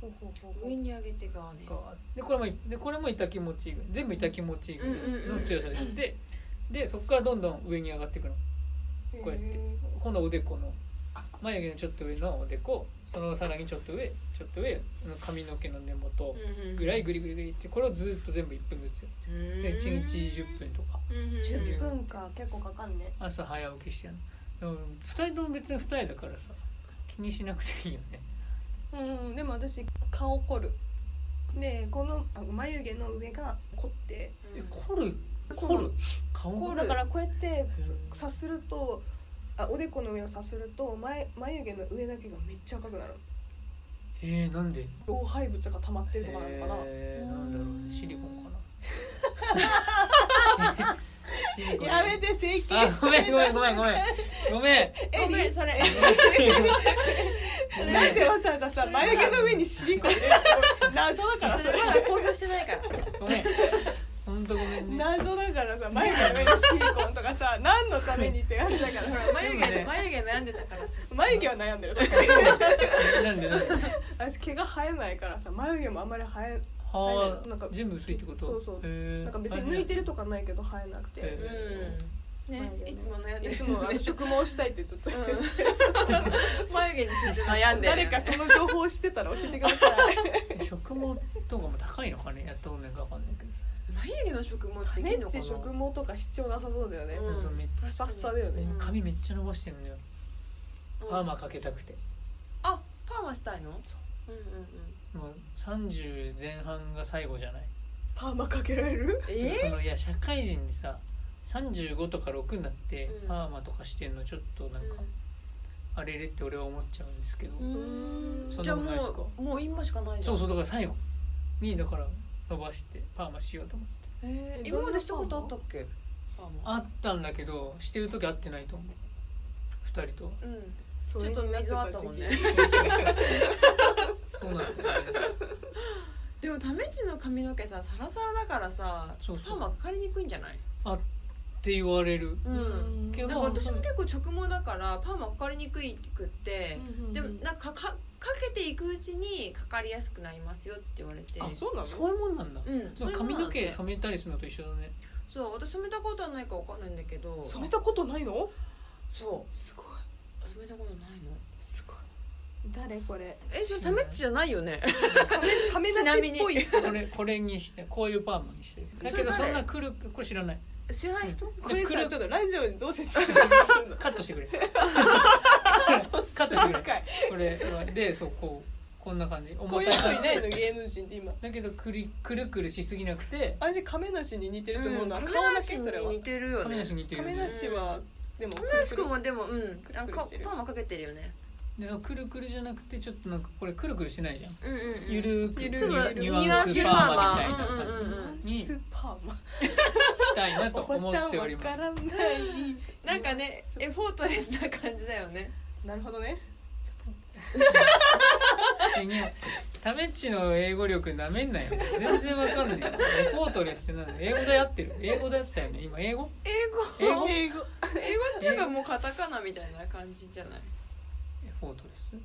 S3: ほうほうほうほう
S1: 上に上げて側ね
S2: ガーってでこれもでこれも痛気持ちいいぐらい全部痛気持ちいいぐらいの強さでやってでそこからどんどん上に上がっていくのこうやって
S3: へー
S2: 今度はおでこの眉毛のちょっと上のおでこそのさらにちょっと上ちょっと上の髪の毛の根元ぐらいグリグリグリってこれをずっと全部1分ずつやってで1日10分とか
S3: 十
S1: 10
S3: 分か結構かかんね。
S2: 朝早起きしてやるのでも2人とも別に2人だからさ気にしなくていいよね
S3: うんでも私顔凝る。でこのあ眉毛の上が凝って、
S2: え凝る凝る顔
S1: 凝る
S3: だからこうやって
S2: うん
S3: さすると。あおでこの上をさすると前眉毛の上だけがめっちゃ赤くなる
S2: えー、なんで
S3: 老廃物が溜まってるとかなのかな、
S2: えー、なんだろうねシリコンかなシリシリコ ン
S3: やめて整形
S2: あごめんごめんごめんごめんごめん
S1: えごめんそれそれ
S3: なんでわざわざさ
S1: それ
S3: 眉毛の上にシリコン入れるの謎だから
S1: それ
S3: それ
S1: まだ公表してない から
S2: ごめん 本当ごめんね
S3: 謎だからさ眉毛の上にシリコンとかさ何のためにって感じだから
S1: ほら眉毛で眉毛悩んでたからさ
S3: 眉毛は悩んでる確かに
S2: なんでなんで
S3: 私毛が生えないからさ眉毛もあんまり生え
S2: は
S3: なんか
S2: あ全部薄いってこと
S3: そうそう
S2: へー
S3: なんか別に抜いてるとかないけど生えなくて
S2: え
S1: うんねいつも悩んで
S3: い
S1: る
S3: つもあ の植毛したいってずっと
S1: うん眉毛について悩んでる
S3: 誰かその情報してたら教えてください
S2: 食毛とかも高いのかねやったことないから分かんないけどさ
S1: 眉毛の植毛ってで
S3: メ
S1: きる
S3: ッ
S1: のか
S3: チ
S1: な
S3: 植毛とか必要なさそうだよね
S1: うん
S2: そうめっち
S3: ふさふさだよね
S2: ゃ髪めっちゃ伸ばしてんのよ
S1: うん
S2: パーマかけたくて
S1: あパーマしたいのうんうんうん
S2: もう30前半が最後じゃない
S3: パーマかけられる
S1: え
S2: そのいや社会人でさ35とか6になって
S1: うん
S2: パーマとかしてんのちょっとなんか、あれれって俺は思っちゃうんですけど、
S1: うん
S2: そん
S1: じゃ
S2: な
S1: あ
S2: もんないっすか
S1: もうもう今しかないじゃ
S2: そ
S1: ん
S2: うそうだから最後にだから伸ばしてパーマしようと思って
S1: えー今までしたことあったっけパーマ
S2: あったんだけどしてる時合ってないと思う2人とは
S1: うん
S3: ち
S1: ちょっと溝あったもん ね
S2: そうなんだよね
S1: でもタメチの髪の毛さサラサラだからさ
S2: そうそう
S1: パーマかかりにくいんじゃない
S2: って言われる
S1: う
S3: うん
S2: けど
S1: なんか私も結構直毛だからパーマかかりにくいくって、でも
S3: ん
S1: なんかかかかけていくうちにかかりやすくなりますよって言われて
S2: あ
S3: そうなの
S2: そういうもんなんだ
S1: うんそういうもん
S2: 髪
S1: なん
S2: の
S1: だ
S2: 毛染めたりするのと一緒だね
S1: そう私染めたことはないかわかんないんだけど
S3: 染めたことないの
S1: そ
S3: すごいう
S1: 染めたことないの
S3: すごい誰これ
S1: えそれタメっちじゃないよね
S3: 亀梨っぽい
S2: こ れこれにしてこういうパーマにしてるだけどそんなくるこれ知らない
S1: 知らない人
S3: これ
S2: く
S3: さ
S2: る
S3: ちょっとラジオにどう説明す るの
S2: カッ トしてくれカット してくれ
S3: 回
S2: これはでそうこうこんな感じ
S3: こう
S2: 重
S3: い
S2: た
S3: う
S2: い
S3: 人
S2: 感
S3: い
S2: じ
S3: ないの
S2: で
S3: 芸能人って今
S2: だけどくりくるくるしすぎなくて
S3: 私亀梨に似てると思うのは
S1: うん
S3: 顔だけそれは
S1: 亀梨に似てるよ
S2: 髪
S1: ね
S2: の毛似てるよ
S3: 亀
S2: ね
S3: 梨はでも
S1: 亀梨君もでもうん
S3: くる
S1: あ
S3: くる
S1: か
S3: してる
S1: パーマかけてるよね
S2: でそのくるくるじゃなくてちょっとなんかこれくるくるしないじゃん
S1: うんうん
S2: ゆるく
S3: ゆる
S1: ちょっと
S2: ニ
S1: ニ
S2: ュアン
S1: ュア
S2: ス
S1: ンス
S2: パ
S1: パ
S2: ー
S1: ー
S2: マ
S1: マ
S2: みたいな感じ
S1: うんうんうんうん
S2: に
S3: スーパーマン
S2: したいなと
S3: おば
S2: 思
S3: ちゃん
S2: っ
S3: わ
S2: ており
S3: か
S2: ます
S3: らない
S1: なんかねエフォートレスな感じだよね
S3: なるほどね
S2: いやタメっちの英語力なめんなよ全然わかんないよレポートレスってなんだ英語でやってる英語でやったよね今英語
S1: 英
S2: 英
S1: 語
S2: 語
S1: 英語っていうかもうカタカナみたいな感じじゃない
S2: エフォートレス
S1: う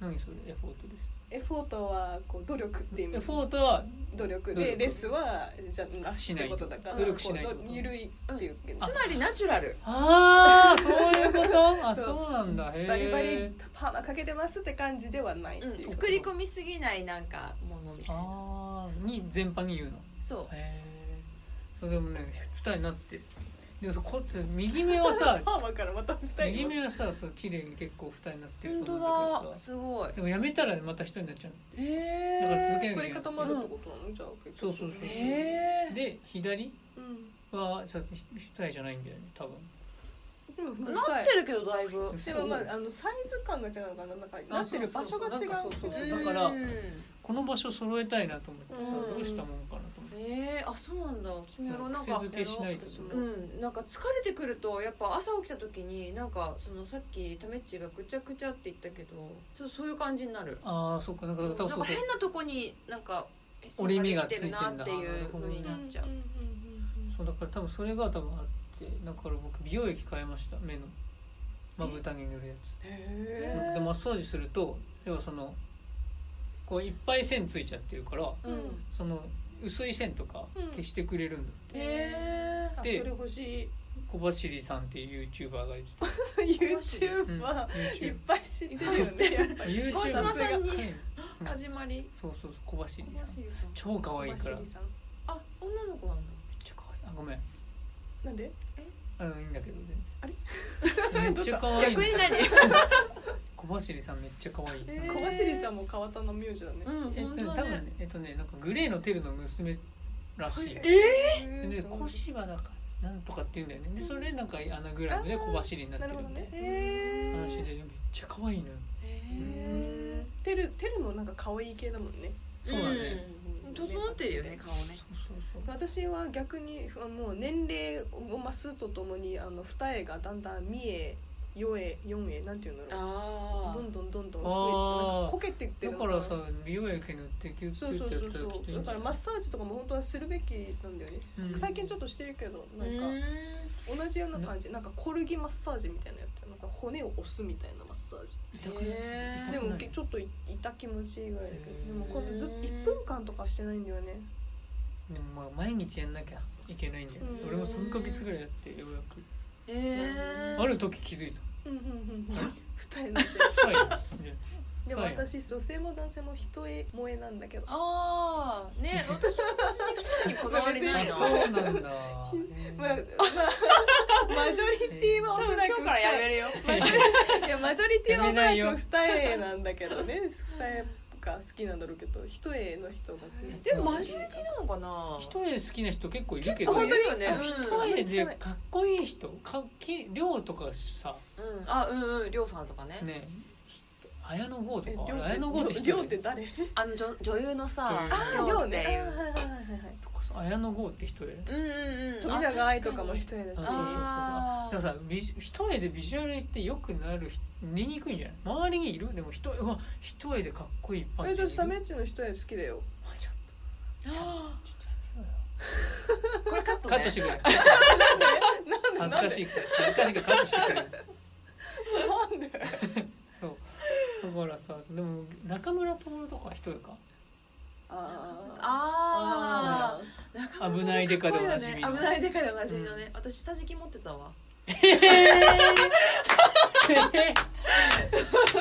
S2: 何それエフォートレス
S3: エフォートはこう努力って意
S2: エ
S3: 味
S2: フォートは
S3: 努力
S2: 努
S3: で
S2: 力
S3: レスはじゃなし
S2: し
S3: っ
S2: な
S3: て
S2: いと
S3: ことだから
S1: 努
S2: 力しないと
S3: こうゆるいっていうけ
S1: ん
S3: ど
S1: つまりナチュラル
S2: ああそういうことあ
S3: そう
S2: そうなんだへえ
S3: バリバリパーマかけてますって感じではないっていううん
S1: 作り込みすぎないなんかものみたいな
S2: ああに全般に言うの
S1: そう
S2: へえでもね二重になってでもさこうやって右目は さ
S3: パーマからまた二
S2: 右
S3: 人
S2: 目はさそう綺麗に結構二重になってる
S1: 本
S2: と
S1: 当
S2: 思うんだけ
S1: だ
S2: どさ
S1: すごい
S2: でもやめたらまた一人になっちゃうの
S1: へえ
S2: だから続けなきゃいけな
S3: 凝
S2: い
S3: り固まるってことなの、じゃあ結
S2: そう
S3: 局
S2: そうそう
S1: へ え
S2: で左
S3: うん
S2: はちょっと二重じゃないんだよね多分
S3: でも二重
S1: なってるけどだいぶ
S3: でもまああのサイズ感が違うのかななんかなってる場所が違う
S2: そうそうそう
S3: うん
S2: だから
S1: うん
S2: この場所揃えたいなと思ってさ
S1: うん
S2: どうしたもんかなと思って
S1: えー、あそうなんだ私もやろうなん
S2: 癖
S1: か
S2: 付けしないと
S3: 私も
S1: うん、なんか疲れてくるとやっぱ朝起きた時になんかそのさっきタメっちがぐちゃぐちゃって言ったけどちょっとそういう感じになる
S2: ああそっかだから
S1: なん
S2: 多分
S1: か
S2: そうそう
S1: 変なとこになんかえ
S2: 折り目が
S1: 線できてるなってい
S2: ついて
S1: うん
S2: だ
S1: 風になっちゃう、
S3: んんうん
S2: そうだから多分それが多分あってだから僕美容液変えました目のまぶたに塗るやつ
S3: うん
S1: えー
S3: へ
S2: でマッサージすると要はそのこういっぱい線ついちゃってるから
S3: うん
S1: うん
S2: その薄い線とか
S3: うん
S2: 消してくれるんだ、
S1: え
S3: あそ
S2: で
S3: れ欲しい
S2: 小走さんっていう YouTuber がい て
S3: YouTuber いっぱい知ってるよね
S2: ユー
S1: 川
S2: チュ
S1: 島
S2: ーバ
S1: さんに
S2: うん
S1: ー、始まり
S2: そうそうそう小走
S1: 小
S2: さん
S1: 走りさん
S2: 超可愛いから
S3: 小走
S2: め
S3: り
S2: っ
S3: さん
S1: あ女の子なんだ
S2: ちゃ可愛いあごめん
S3: なんで
S2: あのいいんだけど全然
S3: あれ
S2: めっちゃ可愛い
S1: 逆に 何
S2: 小走さんめっちゃ可愛い、
S1: えー
S3: 小走りさんも川田の名字だね
S1: うん
S2: えっ
S1: 本
S2: と、
S1: 当
S2: 多
S1: だ
S2: 分
S1: ね
S2: ねえっとねなんかグレーのテルの娘らしい、
S1: え
S2: で
S3: へ
S2: 小芝だからなんとかって言うんだよねでそれなんかアナグラムで小走りになってるんで、
S1: ー、
S2: 話
S1: え
S2: でめっちゃ可愛いのよ
S1: え
S3: テルテルもなんか可愛い系だもんね
S2: そうだね、
S1: ー、整ってるよね顔ね
S2: そうそうそう
S3: 私は逆にあもう年齢を増すとともにあの二重がだんだん三重四重四重なんていうんだろう
S1: あ
S3: どんどんどんどん
S2: あー
S3: 増えてなんかこけてって
S2: だ
S3: るの
S2: か
S3: な
S2: らさ美容液塗ってキュッキ
S3: そ
S2: ュ
S3: う
S2: ッ
S3: そ
S2: っ
S3: う
S2: て
S3: そ
S2: やっ
S3: う
S2: たらきっといういんじゃ
S3: そだから
S2: ない
S3: マッサージとかも本当はするべきなんだよね、
S2: うん
S3: 最近ちょっとしてるけどなんか同じような感じなんかコルギマッサージみたいなやつなんか骨を押すみたいなマッサージ
S2: 痛くない
S1: へー
S2: 痛
S3: で
S2: くな
S3: も
S2: い
S3: けちょっとい痛気持ちいいぐらいだけ
S2: へー
S3: どでもこのずっと1分間とかしてないんだよね
S2: でもまあ毎日やんなきゃいけないんだよね
S3: うん
S2: 俺も3ヶ月ぐらいやってようやく
S1: えー、
S2: ある時気づいた
S3: うんうん うんうん二重なんて
S2: はい
S3: でも
S2: はい
S3: 私女性も男性も人へ萌えなんだけど
S1: ああね私は別に太にこだわりないな
S2: そ
S1: 多
S2: うなんだ
S3: まあ、まあ、マジョリティはおそ
S1: 分
S3: ら
S1: 今
S3: く
S1: 日からやめるよ
S3: いやマジョリティはおそら
S2: やめないよ
S3: く二重なんだけどね二重が好きなんだろうけど一重の人がね
S1: でもマジョリティなのかな
S2: 一重好きな人結構いるけ
S1: あ
S2: ど
S1: 本当によね
S2: 一重でかっこいい人かっき量とかさ
S1: うん、うん、あうんうんりょうさんとかね
S2: ね綾野剛と
S3: え
S2: か
S3: りょう
S2: 綾野剛って
S3: りょ
S2: 一重
S3: うりょうって誰
S1: あの女女優のさ
S2: あ
S1: りょう
S3: よ
S1: っ
S3: う
S1: て
S3: ね
S1: い
S3: あ
S1: う
S3: はいはいはいはい
S2: 綾野剛って一重
S1: うんうんうん
S3: 富永愛とかも
S1: あ
S3: 一重だし
S1: あー
S2: でもさビジ一重でビジュアルって良くなる人見にくいんじゃない周りにいるでも一重うわ一重でかっこいい一般人い
S3: えじゃ
S2: る
S3: あサメッチの一重好きだよ
S2: あちょっ
S1: 確かにこれ
S2: とちょっとやめろよ
S1: カット
S2: カ
S1: ね
S2: ットしてくれ
S3: なんで
S2: 恥ずかしいから恥ずかしいからカットしてくれ
S3: なんで
S2: そうだからさでも中村徹とか一重か
S3: あ
S1: あ
S3: あ
S1: ー中村さん
S2: 危ないデカでおなじみ
S1: か
S2: の
S1: っこいいよね危ないデカでおなじみのね私下敷き持ってたわ
S2: えー、中村徹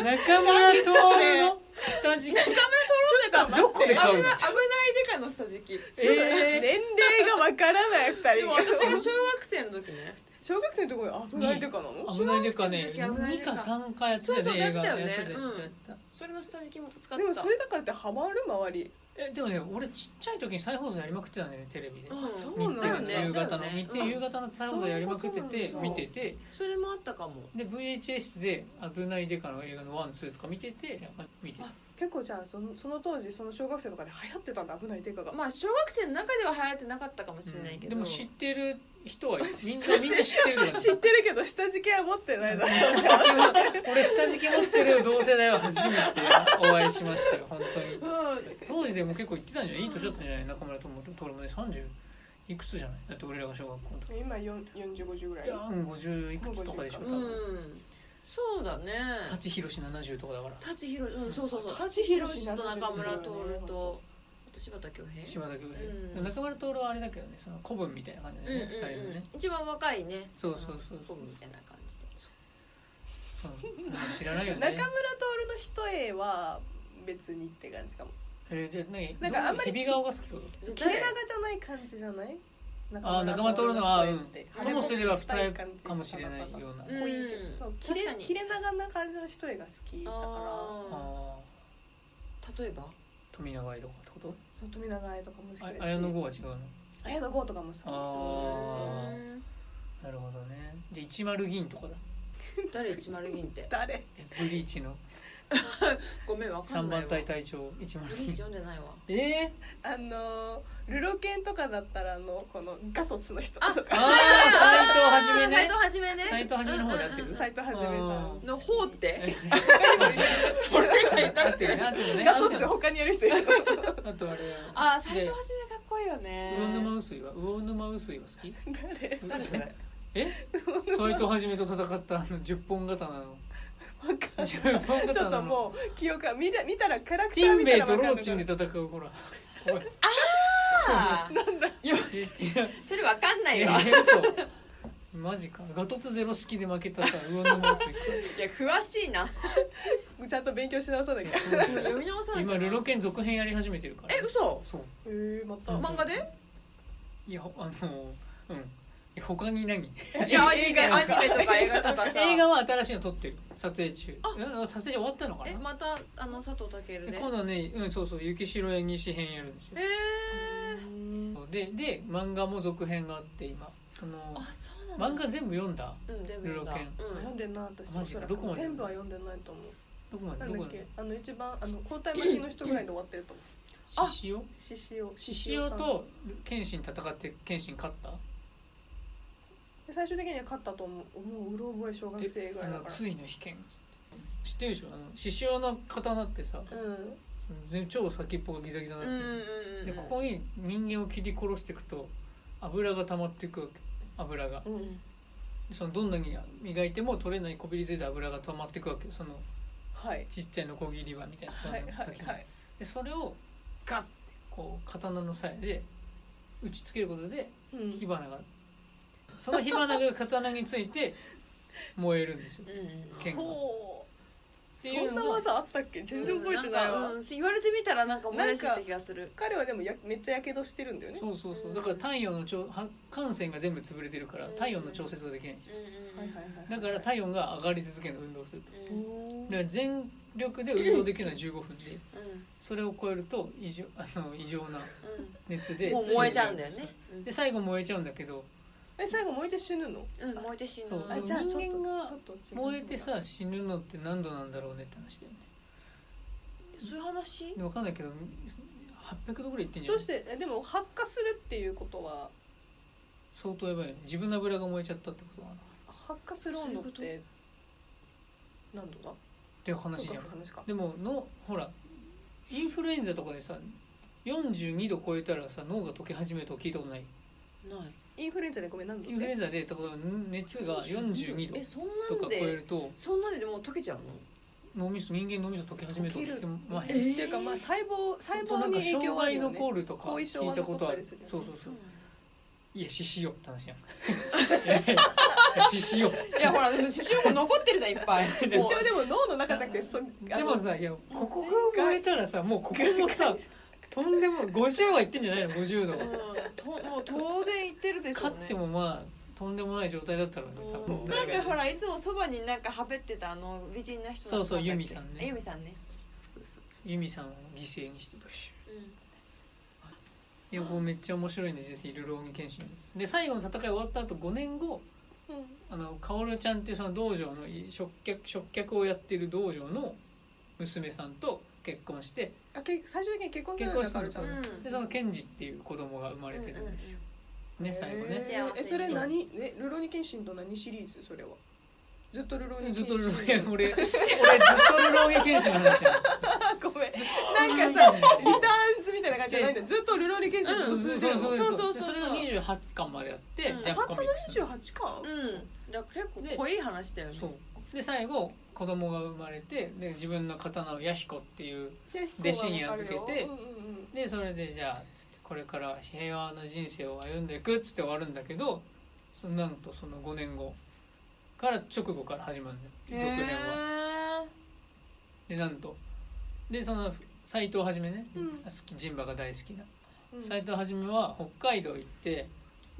S2: の下敷き
S1: 中村徹
S2: どこで
S1: 危な
S2: 買
S1: いう危な
S2: の
S1: いデカの下敷き
S3: ちょっと年齢がわからない二人
S1: でも私が小学生の時ね
S3: 小学生のところ危ないデカなの
S2: 危ないでかね
S1: 中学生の時危ない
S2: 2
S1: で
S2: か
S1: か
S2: 3かやってた
S1: そうそう
S2: ね
S1: やっ
S2: 映
S1: てた
S2: 画
S1: よ
S2: の
S1: ね
S2: やつで
S1: うん
S2: やってた
S1: それの下敷きも使っ
S3: でも
S1: てた
S3: それだからってハマる周り
S2: えでもね俺ちっちゃい時に再放送やりまくってたんだよねテレビで
S1: うん
S3: そう
S2: 日
S3: なんだ
S2: テレの夕方の
S1: だよね
S2: 日テレ夕方の再放送やりまくってて
S1: そういうことな
S2: 見
S1: んだ
S2: てて
S1: それもあったかも
S2: で VHS で「危ないデカ」の映画のワンツーとか見てて見てた
S3: あ結構じゃあそのその当時その小学生とかで流行ってたんだ危ないデカが
S1: まあ小学生の中では流行ってなかったかもしれないけど、
S2: でも知ってる人はみん
S3: 知って
S2: な
S3: る
S2: みんな 知ってるから
S3: 知ってるけど下敷きは持ってないだろ
S2: 俺下敷き持ってる同世代は初めてお会いしましたよ本当に
S1: うん
S2: 当時でも結構行ってたんじゃないいい年だったんじゃない中村智と俺もね30いくつじゃないだって俺らが小学校の時
S3: 今4050ぐら
S2: い
S3: い
S2: やうん50いくつとかでしょ多
S1: う
S2: 分
S1: んそうだね
S2: 舘ひろし70とかだから
S1: 舘ひろうんそうそうそう
S3: 舘
S1: 舘
S3: ひ
S1: ひ
S3: ろ
S1: ろ
S3: し
S1: しと中村徹
S3: そうだね
S1: とあと柴田恭平
S2: 島田君、
S1: うん
S2: 中村徹はあれだけどねその古文みたいな感じ
S1: うん
S2: で
S1: うん
S2: ね、二人の
S1: う
S2: ね
S1: ん一番若いね
S2: そうそうそうそ
S1: そううみたいな感じで
S2: そうでも知らないよ
S3: 中村
S2: ね
S3: 徹の一重は別にって感じかも
S2: えー、じゃあ何
S3: なんかあんまり
S2: ひび顔が好きってこと
S1: そう
S3: 切れ
S1: 誰
S3: 長じゃない感じじゃない
S2: あー仲間とおるのは
S3: 仲間とおる
S2: う
S3: の
S2: ん
S3: は
S2: ともすれば二重
S3: い感じ
S2: かもしれないような
S3: かっこいいけど、
S1: うん
S3: 切
S1: 確か
S3: れ
S1: に
S3: 切れ長な感じの一重が好きだから
S1: あ
S2: あ
S1: ー例えば
S2: ー富永愛とかってこと
S3: 富永愛とかも好き
S2: あ
S3: だし
S2: 綾野剛は違うの
S3: 綾野剛とかも好
S2: あ
S1: う
S2: ー
S1: ん
S2: なるほどねじゃあ一丸銀とかだ
S1: 誰一丸銀って
S3: き誰
S2: えブリーチの
S1: ごめんわか
S2: 三
S1: んない
S2: 番
S1: わ
S2: 隊隊長一丸
S1: ブリー
S2: 銀
S1: チ読んでないわ
S2: えー、
S3: あのールロケンとかだったらあのこのガトツの人と
S2: あ
S3: か
S2: あ斎藤はじめ
S1: 斎
S2: ね
S1: 藤はじめね
S2: 斎藤はじめの方で合ってる
S3: 斎藤はじめさん
S1: の方って
S3: それ
S2: 合ってるね合ってるね
S3: ガトツ
S2: あ
S3: 他にやる人いる
S2: あとあれ
S1: あー斎藤はじめかっこいいよね
S2: 魚沼臼井は魚沼臼井は好き
S3: 誰
S1: 誰そ れ
S2: え斎藤はじめと戦ったあの十本刀 の
S3: わかんない
S2: 十本刀の
S3: ちょっともう記憶が見た見たらキャラクタ
S2: ティ
S3: ー
S2: ン
S3: 見た
S2: ベイ
S3: ら
S2: と
S3: わか
S2: ロ
S3: る
S2: ーチンで戦うほらおい
S1: あーよ
S2: い や
S1: それわかんない
S2: いや
S1: わ
S2: 嘘マジかガトツゼロ式で負けたさ魚沼臼井
S1: いや詳しいな
S3: ちゃんと勉強し直さなきゃ
S1: 読み直さない
S2: 今ルロケン続編やり始めてるから
S1: え嘘
S2: そう
S3: えー、また、
S1: 漫画で
S2: いやあのうんいや他に何
S1: いやアニメアニメとか映画とかさ
S2: 映画は新しいの撮ってる撮影中
S1: あ
S2: うん撮影終わったのか
S1: え
S2: な
S1: またあの佐藤健
S2: で
S1: で
S2: 今度はねうんそうそう雪城演義史編やるんですよ
S1: えー
S3: うん
S2: そうでで漫画も続編があって今その
S1: あそうなんだ
S2: 漫画全部読んだ
S1: うん全部読んだ
S2: ルロケン
S1: う
S3: 読
S1: ん
S3: んでんな私
S2: マジかどこまで
S3: 全部は読んでないと思う
S2: どこまで
S3: な
S2: ど
S3: ん
S2: こ
S3: だっ
S2: まで
S3: けあの一番あの交代巻きの人ぐらいで終わってると思う
S1: あ
S2: 獅子王
S3: 獅子王
S2: 獅子王
S3: さん
S2: と謙信戦って謙信勝った
S3: で最終的には勝ったと思うもううろ覚え小学生ぐ
S2: あ
S3: らいだ
S2: の
S3: か
S2: ついの被験知ってるでしょあの獅子王の刀ってさ
S3: らうん
S2: 全超先っぽがギザギザに
S1: うんう
S2: なんってる、
S1: うんうん
S2: でここに人間を切り殺していくと油が溜まっていくわけ油が
S3: う
S1: うんん
S2: そのどんなに磨いても取れないこびりついた油が溜まっていくわけよその
S3: はい
S2: ちっちゃいノコギリ刃みたいな
S3: はい
S2: この
S3: は
S2: 先
S3: い
S2: に
S3: はい
S2: でそれをガッてこう刀の鞘で打ちつけることで
S3: うん
S2: 火花が、その火花が刀について燃えるんですよ
S1: うんうん
S2: 剣が
S3: ほう
S2: ていう
S3: そん
S2: のが
S3: な技あったっけ全然覚えてない
S1: んか
S3: わ
S1: うん言われてみたらなんか思い出してきた気がする
S3: 彼はでもやめっちゃやけどしてるんだよね
S2: そうそうそうだから太陽の調は汗腺が全部潰れてるから体温の調節ができないんですよ
S1: うん
S3: は
S1: う
S3: い
S1: ん
S3: はいはい
S2: だから体温が上がり続けるの運動すると
S1: うん
S2: だから全 力で運動できるのは15分で
S1: うん
S2: それを超えると異常あの異常な熱
S1: う
S2: で
S1: んもう燃えちゃうんだよね
S2: で最後燃えちゃうんだけど
S3: え最後燃えて死ぬの
S1: うん燃えて死ぬ
S2: そう
S3: あじゃあちょっと
S2: 人間が
S3: ちょっと違うのが
S2: 燃えてさ死ぬのって何度なんだろうねって話だよね
S1: そういう話
S2: で分かんないけど800度ぐらいいってんじゃ
S3: ど
S2: ない
S3: うしてえでも発火するっていうことは
S2: 相当やばいよね自分の油が燃えちゃったってことかなっ
S3: 発火する温度って何度だ
S2: ていう話じゃん
S3: そうか話か
S2: でものほらインフルエンザとかでさ42度超えたらさ脳が溶け始めると聞いたことない
S1: ない
S3: インフルエンザでごめん何度
S2: インフルエ
S3: で
S2: ンザでだから熱が42
S1: え
S2: 度
S1: そん
S2: と
S1: な
S2: か
S1: ん
S2: 超え
S1: で
S2: ると
S1: そんなんででもう溶けちゃうの
S2: 脳みそ人間脳みそ溶け始めると聞いてまあ
S3: って
S1: えー
S3: いうかまあ細胞細
S2: そうな
S3: 胞
S2: んか
S3: に影
S2: 障
S3: 響はある
S2: 害
S3: よ
S2: の
S3: ね
S2: コールとか
S3: 後遺
S2: 聞
S3: 症はい
S2: た
S3: 残
S2: こ
S3: っ
S2: とあ
S3: た
S2: る
S3: りするよね
S2: そうそうそう
S1: なんだ
S2: いや獅子よって話やんい やいや獅子よ
S1: いやほらでも刺繍も残ってるじゃんいっ ぱい
S2: 刺
S3: 一
S2: 繍
S3: 応でも脳の中じゃなくてそ
S2: でもさいやここが燃えたらさもうここもさとんでも50はいってんじゃないの50度は
S1: うんともう当然言ってるでしょう
S2: 勝
S1: ね
S2: ってもまあとんでもない状態だったらね多
S1: うん
S2: 分
S1: なんかほらいつもそばになんかはべってたあの美人な人
S2: そうそう
S1: なんだっけ
S2: ユミさんね
S1: ユミさんねそうそう
S2: 由美さんを犠牲にしてブシ
S1: うん
S2: ュいやもうめっちゃ面白いんです実際いろいろ鬼剣心で最後の戦い終わった後5年後
S3: うん
S2: あの薫ちゃんっていうその道場のい食客食客をやってる道場の娘さんと結婚して
S3: あけ最終的に結婚するんだ
S2: 結
S3: か
S2: 婚す
S3: らち
S2: る
S3: ゃん
S2: の
S3: と
S1: うん
S2: でその賢治っていう子供が生まれてるんですよね最後
S3: へ
S2: ね
S3: ー
S1: 幸せ
S3: え
S1: に
S3: それ何えルロニケンシンと何シリーズそれはずっとルロニケン
S2: ず
S3: シ
S2: っ
S3: ン
S2: とルロゲ俺俺ずっとルロゲ剣心の話やん
S3: あごめんな んかさリターンズみたいな感じじゃないんだよずっとルロニケンシンずっ
S2: そ
S3: と
S2: うそう
S3: 続いてる
S2: そうそ
S3: のそうう
S2: そ
S3: そううそ
S2: そ
S3: う
S2: れが28巻までやって
S1: うん
S2: ジャ
S3: た
S2: ン
S3: っ
S2: プコ
S3: たの
S2: ミックス
S3: 28か
S1: うん、うん、だから結構濃い話だよね
S2: そうで最後子供が生まれてで自分の刀を弥彦っていう弟子に預けて
S3: うんうんうん
S2: でそれでじゃあつってこれから平和な人生を歩んでいくっつって終わるんだけどそのなんとその5年後から直後から始まるんだよ続編は。
S1: は
S2: でなんとでその斎藤はじめね、
S3: うん
S2: 好きジンバが大好きな
S3: うん
S2: 斎、藤はじめは北海道行って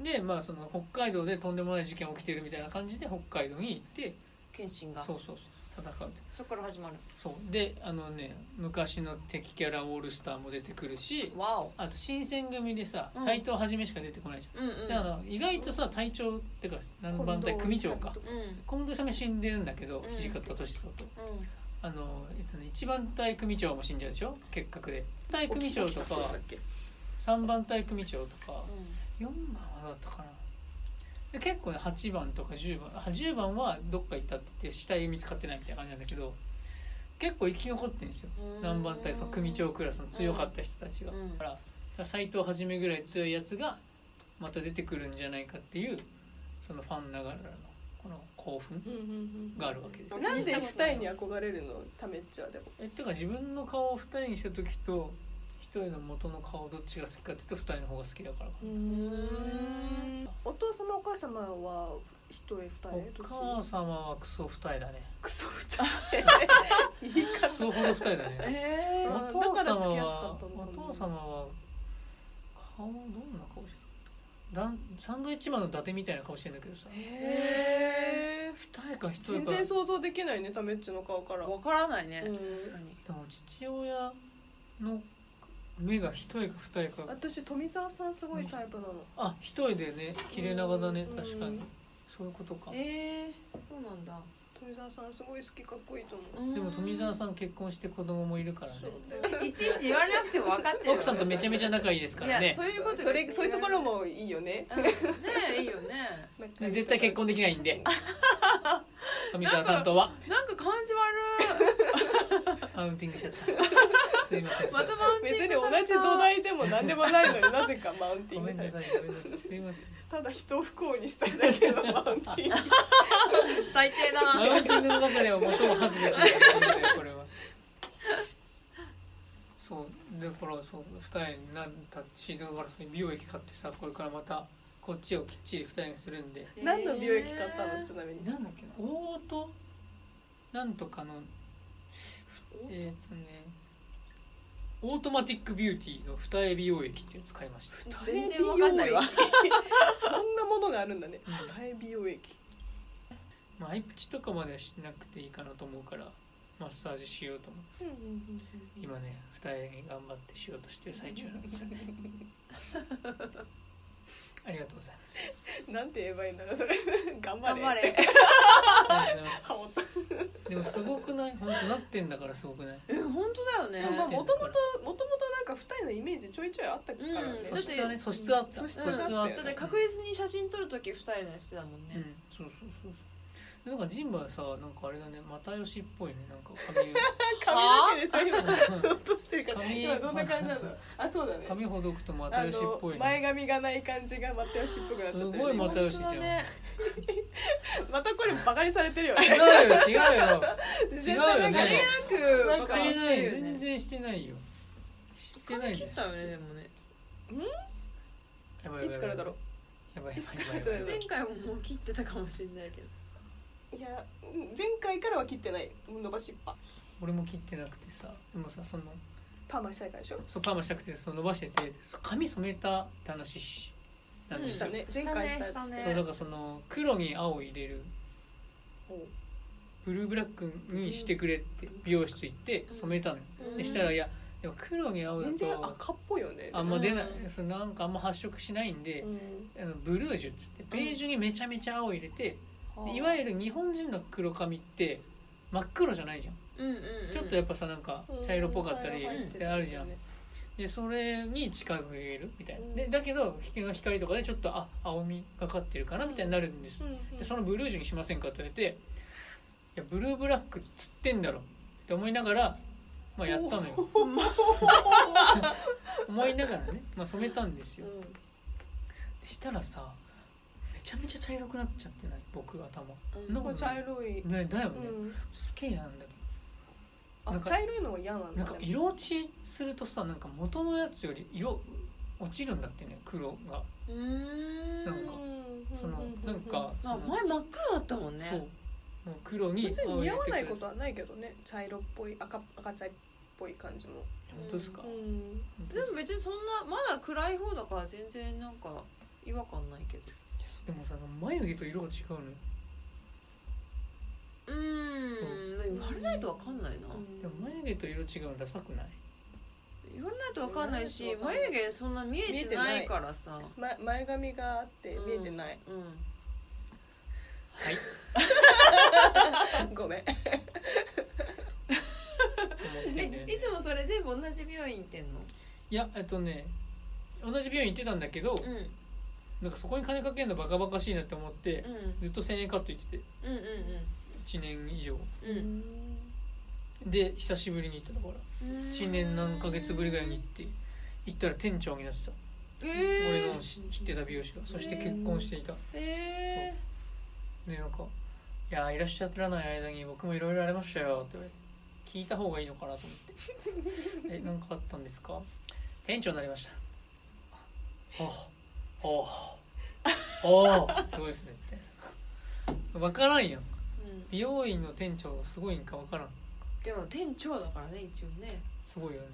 S2: でまあその北海道でとんでもない事件起きてるみたいな感じで北海道に行って
S1: 謙信が
S2: そうそうそう戦う
S1: そっから始まる
S2: そうであのね昔の敵キャラオールスターも出てくるし
S1: わお
S2: あと新選組でさ
S1: うん
S2: 斎藤はじめしか出てこないじゃん、
S1: うんうん
S2: だから意外とさ隊長ってか何番隊
S3: 近藤
S2: 組長か
S3: 勇
S1: うんうん
S2: 近藤さんも死んでるんだけど
S1: うん
S2: 土方歳三とあの、えっとね、1番隊組長も死んじゃうでしょ結核で隊組長とか
S1: 起きた起きたそうだっけ
S2: 3番隊組長とか
S1: う
S2: 4番はだったかなで結構ね8番とか10番あ10番はどっか行ったって言って死体見つかってないみたいな感じなんだけど結構生き残ってるんですよ
S1: ん
S2: 何番隊その組長クラスの強かった人たちが、
S1: うん
S2: だから斎藤はじめぐらい強いやつがまた出てくるんじゃないかっていうそのファンながらのこの興奮
S3: うんうんうん
S2: があるわけです
S1: うん
S3: なんで二人に憧れるのタメっちはでも
S2: えってか自分の顔を二人にした時と一人の元の顔どっちが好きかっていうと二人の方が好きだからか
S1: ん
S3: お父様お母様は一重二
S2: な、
S3: 重
S2: お母様はクソ二重だね
S3: クソ二重言い
S2: クソほど二重だ
S1: え
S2: ねお
S1: え
S3: うん
S2: 父
S3: だ
S2: 様
S3: から付きやすか
S2: は
S3: ったの
S2: お
S3: かな
S2: 父様は顔どんな顔してただんサンドイッチマンの伊達みたいな顔してんだけどさ
S3: へえ
S2: 二重か一重
S3: 全
S2: か
S3: 然想像できないねタメっちの顔から
S1: わからないね
S3: うん
S1: 確かに
S2: でも父親の目が一重か二重か
S3: 私富澤さんすごいタイプなの
S2: あ一重でね切れ長だね
S3: うん
S2: 確かにそういうことかで
S1: ええそうなんだ
S3: 富澤さんすごい好きかっこいいと思う
S1: で
S2: も富澤
S1: ん
S2: さん結婚して子供もいるからね
S3: そうだよ
S1: いちいち言われなくても分かってる
S2: 奥さんとめちゃめちゃ仲いいですから
S1: い
S2: ね
S1: やそういうことです
S3: それそういうところもいいよね
S1: うんねえいいよね
S2: で絶対結婚できないん で富澤さんとは
S1: なんか感じ悪
S2: マウンティングしちゃ ったすいません
S1: いまたマウンテ
S3: 別
S1: ィン
S3: に
S1: グ
S3: 同
S1: された
S3: じ土台でも何でもないのになぜかマウンティ
S2: ご
S3: ング
S2: めん
S3: さ
S2: な
S3: れ
S2: さ
S3: た
S2: いごめんなさいすいません
S3: ただ人を不幸にしたいだけのマウンティング
S1: 最低だ
S2: マ
S1: な
S2: ウンティングの中では最も恥ずべきな感じでこれはそうでこれはそう二重になったしだからその美容液買ってさこれからまたこっちをきっちり二重にするんで
S3: 何の美容液買ったのちなみに
S2: なんだっけなオートなんとかのえっ、とねオートマティックビューティーの二重美容液っていうの使いました
S1: 全然わかんないわ
S3: そんなものがあるんだね
S2: うん
S3: 二重美容液
S2: まあアイプチとかまではしなくていいかなと思うからマッサージしようと思って今ね二重に頑張ってしようとしてる最中なんですよねありがとうございます
S3: なんて言えばいいんだろ うそれ頑張
S1: 頑
S3: れ
S1: 張れ
S2: ありがとうございます
S3: 顔 と
S2: でもすごくない本当なってんだからすごくない
S1: え本当だよね
S3: まあもともともともとなんか二重のイメージちょいちょいあったからね
S1: うん
S2: 素質はね素質はあった
S3: 素質は
S1: あった
S2: は
S3: だ
S1: だって確実に写真撮るとき二重のやつだもん
S2: うん
S1: ね、
S2: そうそうそうそうなんかジンバさなんかあれだね又吉っぽいねなんか髪を
S3: 髪の毛でしょ 今
S2: うん
S3: 落としてるから
S2: 髪
S3: 今どんな感じなのあそうだね
S2: 髪ほどくと又
S3: あ
S2: 吉っ
S3: の
S2: ぽい
S3: 前
S2: ね
S3: 髪がない感じが又吉っぽくなっちゃって
S2: すご
S3: る、
S2: いま
S3: ね、
S2: 又吉じゃん
S1: 本当だね
S3: またこれバカにされてるよ
S2: 違う
S3: ね
S2: よ違うよ
S3: 絶
S2: 違う
S3: 対
S2: よ
S3: なんか
S2: ね
S1: うまくバ
S3: なんか
S1: カに
S2: し
S1: してて
S2: な
S1: る
S2: い
S1: よ
S2: 全
S1: ね
S2: 然してないよしてない
S1: 髪
S2: で
S1: 切っ
S2: す
S1: たよねでもね
S2: やばやばやば
S3: いつからだろ
S2: やばいやばい
S3: いつから
S2: や
S3: だ
S2: ば
S3: ろ
S2: い
S1: 前回ももう切ってたかもしれないけど
S3: ういやうん前回からは切ってない伸ばしっぱ
S2: 俺も切ってなくてさでもさその
S3: パーマしたいからでしょ
S2: そうパーマしたくてその伸ばしててそう髪染めたって話しなんです
S3: した
S2: よ、
S3: ね
S1: うん
S3: 前回したやつ
S1: したね
S2: そうだからその黒に青入れるブルーブラックにしてくれって美容室行って染めたのよ
S3: うん
S2: でしたらいやでも黒に青だ
S3: 全然
S2: と
S3: 赤っぽいよね
S2: あんま出ない、
S1: うん
S2: そのなんかあんま発色しないんで、
S3: うん
S2: あのブルージュっつってベージュにめちゃめちゃ青入れて、でいわゆる日本人の黒髪って真っ黒じゃないじゃ
S1: う
S2: ん、
S1: んうん、うん、
S2: ちょっとやっぱさなんか茶色っぽかったり、
S1: うん
S2: であるじゃんでそれに近づけるみたいな、でだけど日の光とかでちょっとあ青みがかってるかなみたいになるんです、でそのブルージュにしませんかって言われて「いやブルーブラックっつってんだろ」って思いながら、まあ、やったのよ 思いながらね、まあ、染めたんですよしたらさめちゃめちゃ茶色くなっちゃってない僕頭
S1: うん
S2: なん
S3: こ
S2: か
S3: れ茶色い、
S2: ねだよ
S3: う
S2: ね、
S3: ん、
S2: すげえ嫌なんだけ
S3: あ
S2: なんか
S3: 茶色いのは嫌なん
S2: どな
S3: だ
S2: んか色落ちするとさなんか元のやつより色落ちるんだってね黒が
S1: うーん
S2: なんかそのなんか
S1: あ前真っ黒だったもんね
S2: そうもう黒に
S3: 別に似合わないこと
S2: は
S3: はないけどね茶色っぽい赤赤茶っぽい感じも、
S2: 本当ですか、
S3: うん、
S1: でも別にそんなまだ暗い方だから全然なんか違違和感ないけど
S2: でもさ眉毛と色が違うのよ
S1: うーんでも言われないとわかんないな、
S2: でも眉毛と色違うのダサくない
S1: 言われないとわかんないし
S3: 言われないと
S1: 眉
S3: わか
S1: 毛
S3: ん
S1: そんな見えてないからさ
S3: ま、前髪があって見えてない、
S1: うん
S2: はい
S3: ごめん
S2: 思って
S1: え
S2: ね
S1: いつもそれ全部同じ美容院行ってんの
S2: いやえっとね同じ病院行ってたんだけど、
S1: うんうん
S2: なんかそこに金かけるのバカバカしいなって思って、ずっと1,000円カット言ってて
S1: うんう
S2: 1年以上
S1: んうんうん
S2: で久しぶりに行っただから1年何ヶ月ぶりぐらいに行って行ったら店長になってた
S1: え
S2: 俺
S1: ー
S2: のし知ってた美容師がそして結婚していた
S1: え
S2: でなんか「いやーいらっしゃらない間に僕もいろいろありましたよ」って言われて聞いた方がいいのかなと 思って「えなんかあったんですか?」「店長になりました」あ「おおおおすごいですね」みたいな分からんやん
S1: ーうん
S2: 美容院の店長すごいんか分からん
S1: でも店長だからね一応ね
S2: すごいよね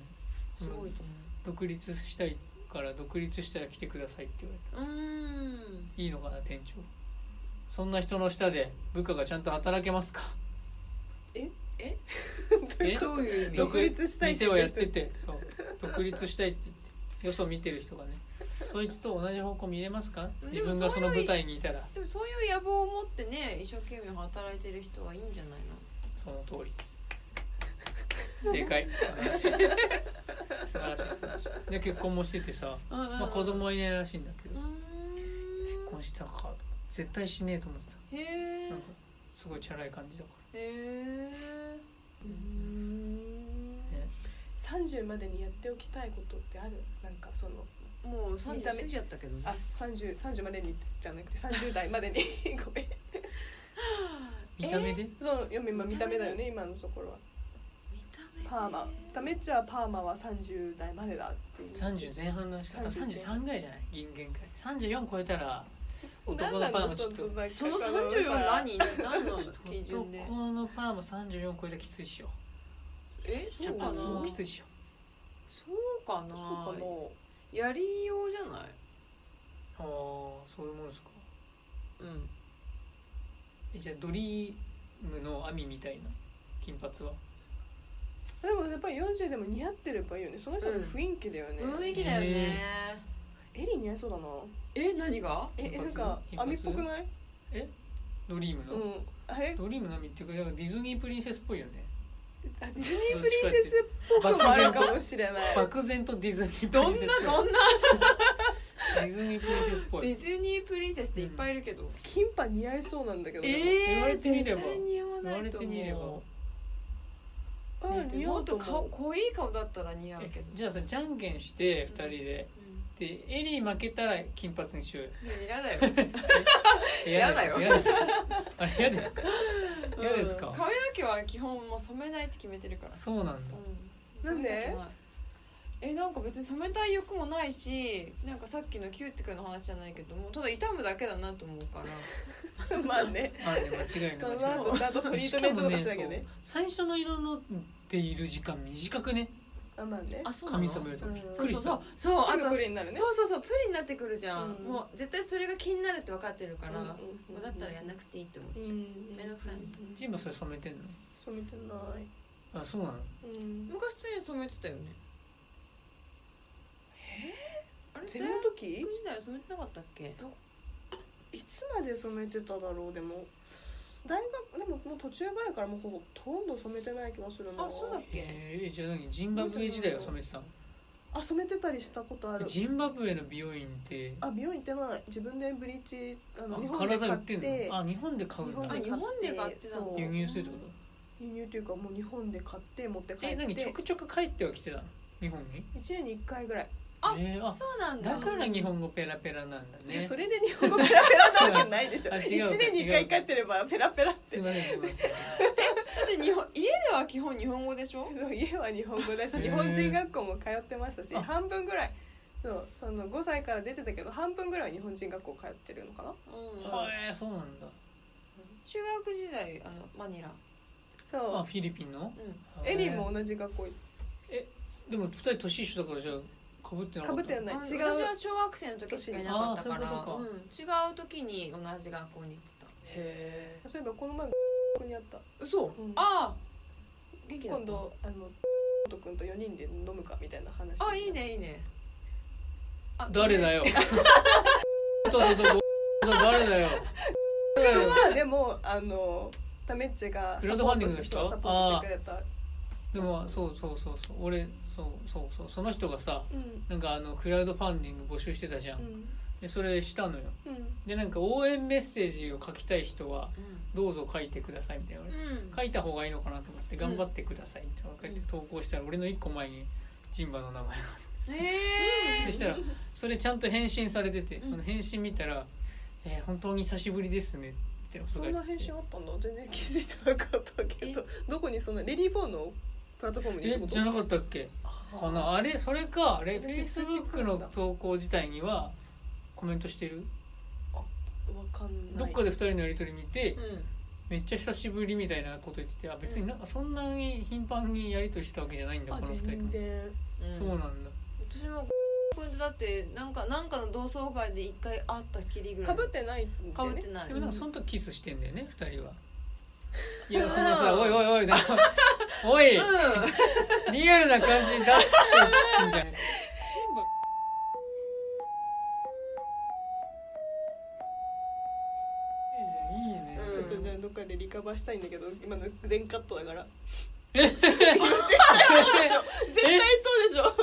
S1: すごいと
S2: 独立したいから独立したら来てくださいって言われ
S1: 思ううん
S2: たいいのかな店長そんな人の下で部下がちゃんと働けますか え
S1: どういう意味
S3: 独立したいって
S2: 店
S3: 言
S2: を
S3: って
S2: や
S3: る
S2: っ
S3: 人
S2: ててそう独立したいって言ってよそ見てる人がねそいつと同じ方向見れますか
S1: でも
S2: 自分がその舞台にいたら
S1: でもそういう野望を持ってね一生懸命働いてる人はいいんじゃない
S2: その通り正 解素晴らしい素晴らしい素晴らしいで結婚もしててさ、
S1: の
S2: まあ、子供はいないらしいんだけ
S1: う
S2: ど
S1: ー
S2: 結
S1: ん
S2: 婚したから絶対しねえと思ってた
S1: へえ
S2: なんかすごいチャラい感じだか
S1: へえ
S2: らね
S3: 30までにやっておきたいことってあるなんかその
S1: もう30
S3: 見た目
S1: 過ぎちゃったけどね
S3: あ三30, 30までにじゃなくて30代までに ごめん
S2: 見た目で、
S3: そういや今見た目だよね今のところは
S1: 見た目ね
S3: パーマダメっちゃパーマは30代までだっていう
S2: 30前半の仕方
S3: 30
S2: 33ぐらいじゃない銀限界34超えたら
S3: 何
S2: 男の
S3: なん
S2: パー
S3: だ
S2: マちょっと
S3: なんか
S1: その
S3: さ
S1: 34何何の基準で
S2: 男のパーマ34超えたらきついっしょ
S1: え
S2: 茶
S1: そうか
S2: 髪
S1: な
S2: もきついっしょ
S1: そうか
S3: そうか
S1: な
S3: も
S1: やりようじゃない
S2: ああそういうもんですか
S1: うん
S2: えじゃあドリームの網みたいな金髪は
S3: でもやっぱり40でも似合ってればいいよねその人の雰囲気だよね、
S1: 雰囲気だよね
S3: エリ似合いそうだな
S1: え何が
S3: え
S2: 金
S3: なん
S2: 髪
S3: か
S2: 金
S3: 網
S2: 髪
S3: っぽくない
S2: ドリームの、
S3: うんあれ
S2: ドリームの網っていうかだからディズニープリンセスっぽ いよね
S3: あディズニープリンセスっぽ
S2: どっ
S3: く
S2: ち
S3: も
S2: か
S3: あ
S2: っていう
S3: る
S2: と
S3: かもしれない
S2: 漠然とディズニープ
S1: ど
S2: リ
S1: ん
S2: ン
S1: な
S2: セスっぽ
S1: ど
S2: い
S1: んな
S2: ディズニープリンセスっぽ
S1: デ
S2: い
S1: ィズニープリンセスっていっぱいいるけど
S3: キンパ似合いそうなんだけど
S2: 言
S1: え
S2: われ
S1: え
S2: てみれば
S1: 絶対似合わ
S2: 言わ
S1: ない
S2: れ
S1: と
S2: てみれば
S1: 思う
S3: あ
S1: だって
S3: 似合
S1: もっ
S3: う
S1: と
S3: と
S1: 顔
S3: 顔
S1: 濃い顔だったら似合う
S2: え
S1: けど
S2: じゃあさじゃんけんして2人で、でエリー負けたら金髪にしようよ
S1: うん嫌だよ
S2: え
S1: 嫌だよ
S2: 嫌ですかあれ嫌ですか嫌ですか
S1: うん髪の毛は基本もう染めないって決めてるから
S2: そうなんだ
S1: う
S3: なん
S1: 染め
S3: で
S1: たくないえなんか別に染めたい欲もないしなんかさっきのキューティクルの話じゃないけどもただ痛むだけだなと思うから
S3: ま あね
S2: あね間違い
S3: そ
S2: ない
S3: の後ちゃんとトリートメントとかしなきゃね
S2: 最初の色のでいる時間短くね
S3: あまあね
S1: そ
S2: 髪染めるとびっ
S1: そ
S2: く
S1: う
S2: り
S1: そうそ
S2: した
S1: うそうあ
S3: すぐ
S1: と
S3: プリンになるね
S1: そうそうそうプリンになってくるじゃん、
S3: うん
S1: もう絶対それが気になるって分かってるから、
S3: うんうん
S1: も
S3: うん
S1: うだったらやんなくていいって思っちゃう、
S3: め
S1: めんどくさい
S2: ジンバそれ染めてんの
S3: そう見てない
S2: あそうなの
S3: うん
S1: 昔普通に染めてたよねえあれ
S3: ゼ
S1: 大
S3: ロ
S1: 学
S3: の時
S1: 時代は染めてなかったっけ
S3: いつまで染めてただろうでも大学でももう途中ぐらいからもうほとんど染めてない気がするな
S1: あそうだっけ
S2: えー、じゃあ何ジンバブエ時代は染めてたの
S3: あ染めてたりしたことある
S2: ジンバブエの美容院って
S3: あ美容院行ってない自分でブリーチあの
S2: あ
S3: 日本で
S2: 体
S3: 買
S2: 売
S3: っ
S2: っててんのあ日本で買うん
S3: 日
S2: だ
S1: あ
S3: 本
S1: 日本で買ってたの
S3: そう
S2: 輸入するってこ
S3: 輸入というかもう日本で買って持って
S2: と
S3: 帰
S2: え
S3: って
S2: 何ちょくちょく帰っては来てたの日本に
S3: 1年に1回ぐらい、
S1: あ
S2: えーあ
S1: そうなんだ
S2: だから日本語ペラペラなんだね
S3: いや
S2: す
S3: そ
S2: い
S3: れで日本語ペラペ ラなわけないでしょ
S2: あ違うか
S3: 1年に1回帰ってればペラペラって
S2: ませんすいません
S1: だって日本家では基本日本語でしょ
S3: そう家は日本語だし
S2: へー
S3: 日本人学校も通ってましたし
S2: あ
S3: 半分ぐらいそうその5歳から出てたけど半分ぐらいは日本人学校通ってるのかな
S1: うん
S2: へえそうなんだ
S1: 中学時代あのマニラ
S2: あ
S3: そ
S2: フィリピンの
S1: うん
S3: うエリーも同じ学校行っ
S2: でも二人年一緒だからじゃあかぶってな
S3: か
S2: かっ
S3: ぶ
S2: た
S3: ってはない
S1: うん
S3: 違う
S1: 私は小学生の時しかいなかったか
S2: あ
S1: ら
S2: ーそういう
S1: うん、違う時に同じ学校に行ってた
S2: へ
S3: そういえばこの前ここにあった
S1: 嘘、
S3: ん
S1: ああ元気だった
S3: 今度あのとくんと4人で飲むかみたいな話
S1: あいいねいいねあ
S2: え誰だよ とととと誰だよ誰だよ
S3: でもあのタメッチが
S2: クラウドファンディングの人
S3: サポートしてくれた
S2: でもそうそうそうそう俺そうそうそうその人がさ
S3: うん
S2: なんかあのクラウドファンディング募集してたじゃん、
S3: うん
S2: でそれしたのよ
S3: うん
S2: でなんか応援メッセージを書きたい人は
S1: う
S2: どうぞ書いてくださいみたいな、
S1: ん、うん、
S2: 書いた方がいいのかなと思って頑張ってくださいみたいなのを書いて
S1: うん
S2: 投稿したら俺の1個前にジンバの名前が
S1: ええ
S2: でしたらそれちゃんと返信されてて
S1: うん
S2: その返信見たら「えー本当に久しぶりですね」って
S3: そんな返信あったんだ全然気づいてなかったけどどこにそのレディー・フォーのプラットフォームにって
S2: え
S3: こ
S2: じゃ
S3: と
S2: なかったっけか
S3: あ
S2: なあれそれかあれ
S3: そ
S2: フ
S3: れ
S2: ェ
S3: で
S2: イ
S3: 通
S2: ス
S3: 知
S2: ブッ
S3: 来
S2: ク
S3: るんだ
S2: の投稿自体にはコメントしてる
S3: わかんない
S2: どっかで2人のやり取り見て
S1: うん
S2: めっちゃ久しぶりみたいなこと言っててあ別になんかそんなに頻繁にやり取りしてたわけじゃないんだ
S3: あ
S2: この2
S3: 全
S2: 人
S3: 然
S1: うん
S2: そうなんだ
S1: 私も君とだってなんかなんかの同窓会で一回会ったきりぐら
S3: か
S1: い
S3: ぶってないんだよね
S1: かぶってない
S2: でもなんかその時キスしてんだよね2人はいやそんなさ「おいおいおい」なおい
S1: うん
S2: リアルな感じ出してんじゃん。チンバ。いいじゃん、いいね。
S1: うん
S2: ち
S3: ち
S2: ょ
S3: ょ
S2: っ
S3: っ
S2: と
S3: とじゃあどっかでリカバーしたいんだけど今の全カットだから 絶対そうでしょ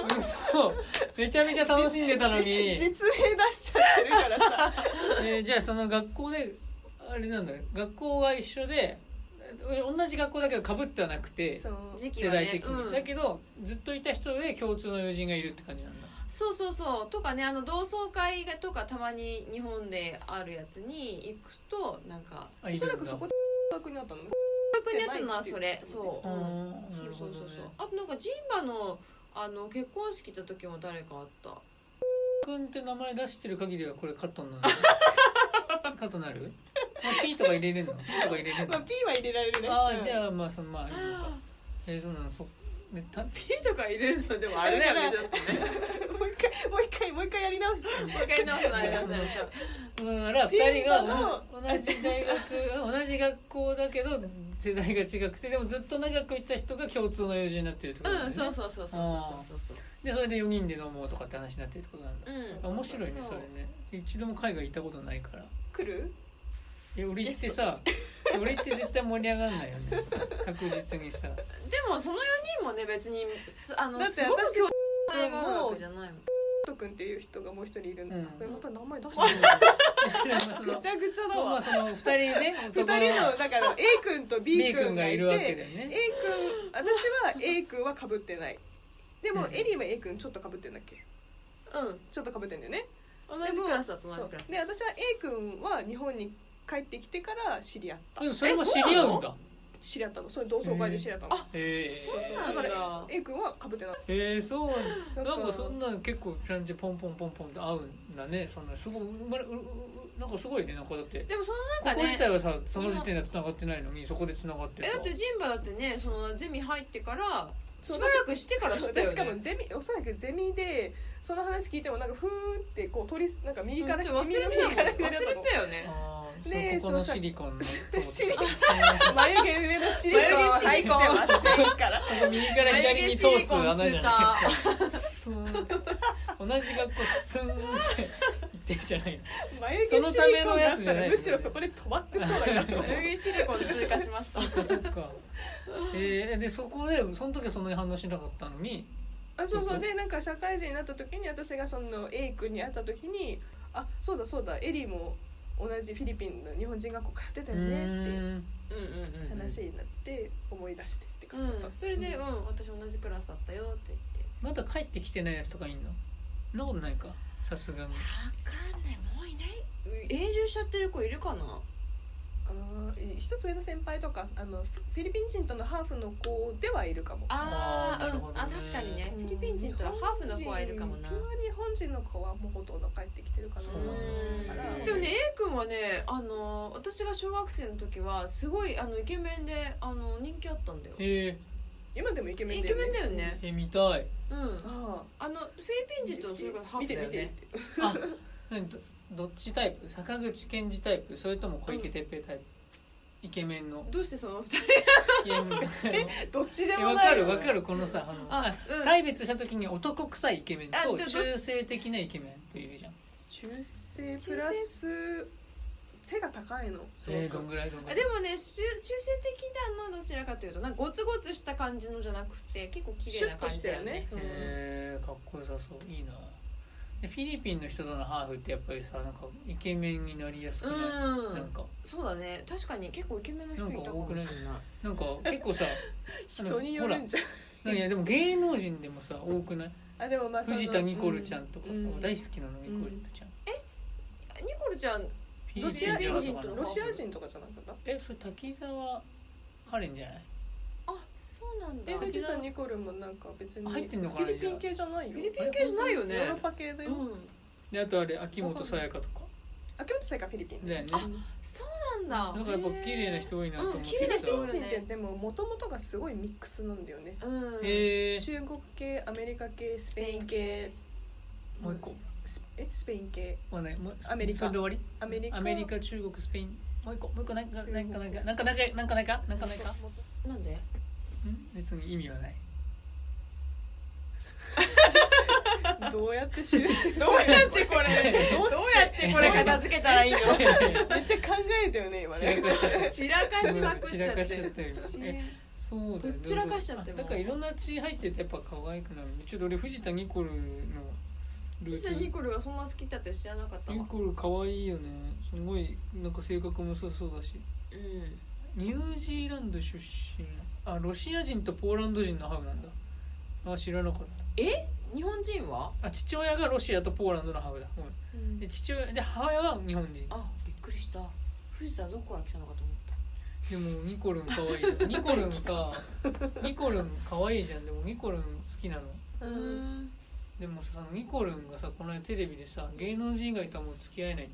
S2: そう。めちゃめちゃ楽しんでた のに。
S3: じ
S2: え
S3: 実名出しちゃってるから さ
S2: ーじゃあその学校で、あれなんだね学校が一緒で、え同じ学校だけど被ってはなくて、
S3: その
S1: 時期
S2: 世
S1: はね
S2: 代的に、
S1: うん
S2: だけど、ずっといた人で共通の友人がいるって感じなんだ。
S1: そうそうそうとかねあの同窓会がとかたまに日本であるやつに行くとなんか
S2: あいる
S3: お
S2: ん
S3: そ
S2: だ
S3: らくそこで学にあったの
S1: 大学にあったのはそれそう
S2: あーな
S1: そ
S2: る
S1: うそ
S2: ほ
S1: う
S2: ど
S1: そうそう
S2: ね。
S1: あとなんかジンバのあの結婚式行った時も誰かあった
S2: くんって名前出してる限りはこれカットになるカットなる、まあ、P とか入れれんの P とか入れれんの
S3: まあ P は入れられるね
S2: ああ
S3: うん
S2: じゃあまあそのまあいいのかえー、そうなのそでた
S1: P とか入れるのでもあれだよねちょっとね
S3: もう一回もう一回もう一回やり直して
S1: もう一回直さないとね
S2: だから2人が
S3: シンバの
S2: お同じ大学同じ学校だけど世代が違くてでもずっと長くいた人が共通の友人になってるってことだよね
S1: うんそうそうそうそうそうそうそう
S2: でそれで4人で飲もうとかって話になってるってことなんだ、
S1: うん
S2: 面白いねそ
S1: そう
S2: れね一度も海外行ったことないから
S3: くる
S2: え俺行って
S3: い
S2: さ俺行って絶対盛り上がんないよね確実にさ
S1: でもその4人もね別にすあの
S3: だって
S1: すごく
S3: 私
S1: 共感があるわけじゃないもん
S3: とくんっていう人がもう一人いるんだ、
S2: うん
S3: これまた名前出し
S2: ま
S3: て
S2: あそ
S3: る
S2: の
S3: ぐちゃぐちゃだ
S2: まあ
S3: わ
S2: その二人ね
S3: 二人
S2: 男の
S3: のだから A 君と
S2: B
S3: B
S2: 君
S3: 君
S2: が
S3: が
S2: い
S3: いて
S2: るわけだよね
S3: A 君私は A 君はかぶってないでも
S2: うん
S3: エリーは A 君ちょっとかぶってんだっけ
S1: うん
S3: ちょっとかぶってんだよね
S1: 同じクラスだと同
S3: そ
S1: じ
S3: う
S1: クラス
S3: で私は A 君は日本に帰ってきてから知り合った
S2: でもそれも知り合うんだ
S3: 知り合ったのそれ同窓会で知り合ったの、
S2: え
S1: そう
S2: ー、
S1: なんだ
S3: だから A 君はかぶってない
S2: えー、そう
S3: だ
S2: なん
S3: ら
S2: かそんなの結構ちゃんとポンポンポンポンって合うんだねそんなすごいうまれうううなんかすごいねなんかだって
S1: でもその
S2: こ
S1: なん
S2: こ
S1: か
S2: 自
S1: ね
S2: 体はさその時点では繋がってないのにそこで繋がって
S1: え
S2: る
S1: だ
S2: さ
S1: ってジンバだってねそのゼミ入ってから
S3: そう
S1: しばらくしてから知ったよ
S3: そうでしかも
S1: ね
S3: ゼミおそらくゼミでその話聞いてもなんかふーんってこう取りなんか右から
S1: うん
S3: 右
S1: 忘れてたもん忘
S3: から
S1: れて
S3: 左だと
S1: たよね
S2: あー
S3: ねえ
S2: そうここの
S3: そうさ
S2: シリコンのとこ
S3: シリコン
S2: こ
S3: 眉毛上のシリコンは入ってませんから
S2: こ右から左に通す穴じゃないスーンって同じ学校スーンって行ってんじゃないの
S3: 眉毛シリコンだ
S2: そのためのやつ
S3: っ
S2: じゃ
S3: た
S2: ない
S3: らむしろそこで止まってそうだから
S1: 眉毛シリコン通過しま した
S2: そっかそっかえー、でそこでその時はそんなに反応しなかったのに
S3: あそうそうでなんか社会人になった時に私がその A 君に会った時に「あそうだそうだエリーも同じフィリピンの日本人学校通ってたよね」っていう
S1: うんうんうんうん
S3: 話になって思い出してって感じだった、
S1: うんそれでうん私同じクラスだったよって言って
S2: まだ帰ってきてないやつとかいんのそんなことないかさすがに
S1: わかんないもういない永住しちゃってる子いるかな
S3: あー一つ上の先輩とかあのフフィリピン人とのハーフの子ではいるかも
S1: あ
S2: あー
S1: あう
S2: なる
S1: ん
S2: ほどね
S1: あ確かにねフィリピン人とのハーフの子はいるかもな
S3: 日本人日本人の子はもうほとんど帰ってきてるかな
S2: そうなんだ
S3: う
S1: でもね A 君はねあの私が小学生の時はすごいあのイケメンであの人気あったんだよ
S2: え
S3: 今でもイケメン
S1: イケメンだよね
S2: え見たい
S1: うん
S3: あ
S1: あのフィリピン人とのそういうことハー
S3: あ見
S1: フ
S3: て
S1: だよ
S3: 見て
S1: ね
S3: 見て
S2: あ 何どどっちタイプ坂口健二タイプそれとも小池徹平タイプ、イケメン の
S1: どうしてその二人
S2: いや
S3: どっちで
S2: え
S3: も
S2: わ
S3: な
S2: か
S3: い
S2: るわかるこのさあの
S1: あ
S2: あ
S1: うん
S2: 大別した時に男臭いイケメン
S1: あ
S2: と
S1: でど
S2: 中性的なイケメンといるじゃん
S3: 中性プラス背が高いのすごく
S2: えー、どんぐらいどんぐ
S1: あ
S2: らい
S1: でもね中中性的だなどちらかというとなんかゴツゴツした感じのじゃなくて結構綺麗な感じだよね
S3: シュッとしたよね
S2: へえかっこよさそういいなでフィリピンの人とのハーフってやっぱりさなんかイケメンになりやすく
S1: う
S2: ない、
S1: ん
S2: なんか
S1: そうだね確かに結構イケメンの人いたかもしれない
S2: なんか結構さ
S3: 人によるんじゃん
S2: いやでも芸能人でもさ多くない
S3: あでもまあその
S2: 藤田ニコルちゃんとかさ、
S3: うん
S2: 大好きなのニコルちゃん、
S1: ニコルちゃん
S2: フィ
S3: ロ
S2: リ
S3: シ
S2: ピン
S3: ア
S2: では
S1: 人と
S2: どうかな
S3: ロシア人とかじゃなかった
S2: えそれ滝沢カレンじゃない
S1: あそうなんだ
S3: え
S1: フ
S3: 藤田ニコルもなんか別に
S2: 入ってんのかな
S3: フィリピン系じゃないよ
S1: ィリピン系じゃないよね
S3: ヨーロッパ系
S1: う
S3: だよ、
S1: ん
S2: であとあれ秋元さやかとか
S3: あ京都生かフィリピン
S2: だよね
S3: あ
S1: そうなん
S2: な
S1: だ
S2: んかやっぱ綺麗な人多いなと思って
S1: うん綺麗な
S2: さ
S1: 人多
S3: フィ
S1: い
S3: リピン人ってでももともとがすごいミックスなんだよね
S1: うん
S2: へえ
S3: 中国系アメリカ系ス
S1: ス
S3: ペ
S1: ペ
S3: イ
S1: イ
S3: ン
S1: ン
S3: 系
S1: 系
S2: もう一個
S3: スえスペイン系
S2: まあね、もう
S3: アメリカ
S2: それで終わり
S3: アメリカ
S2: アメリカ中国スペインもう一個もう一個なんか
S3: 中
S2: なん
S3: 国
S2: かなんかなんかなんかなんかなんかなんかなんかん
S1: なんで
S2: 別に意味はない
S3: どうやって修正する
S1: どうやって これどうやってこれ片付けたらいいの
S3: めっちゃ考えたよね今
S2: 散ら
S3: ね
S2: かしちゃっ
S1: 散らか
S2: た
S1: しまくっちゃ
S2: 散ら
S1: っ
S2: かしちゃってたよ
S1: ち
S2: えそうだよね
S1: どっちらかしちゃって
S2: あ
S1: も
S2: だからいろんな血入っててやっぱ可愛くなるちょっと俺藤田ニコルのルー
S1: 藤
S2: ツ
S1: 田ニコルがそんな好きだって知らなかったわ
S2: ニコル可愛いよねすごいなんか性格もそうそうだし
S1: うん
S2: ニュージーランド出身あロシア人とポーランド人のハーフなんだあ知らなかっ
S1: 日本人は
S2: たあ父親がロシアとポーランドのハーフだごめんで父親で母親は日本人
S1: あびっくりした藤田どこから来たのかと思った
S2: でもニコルン可愛いよニコルン さニコルン可愛いじゃんでもニコルン好きなの
S1: う
S3: う
S1: んん
S2: でもさそのニコルンがさこの間テレビでさ芸能人以外とはもう付き合えないって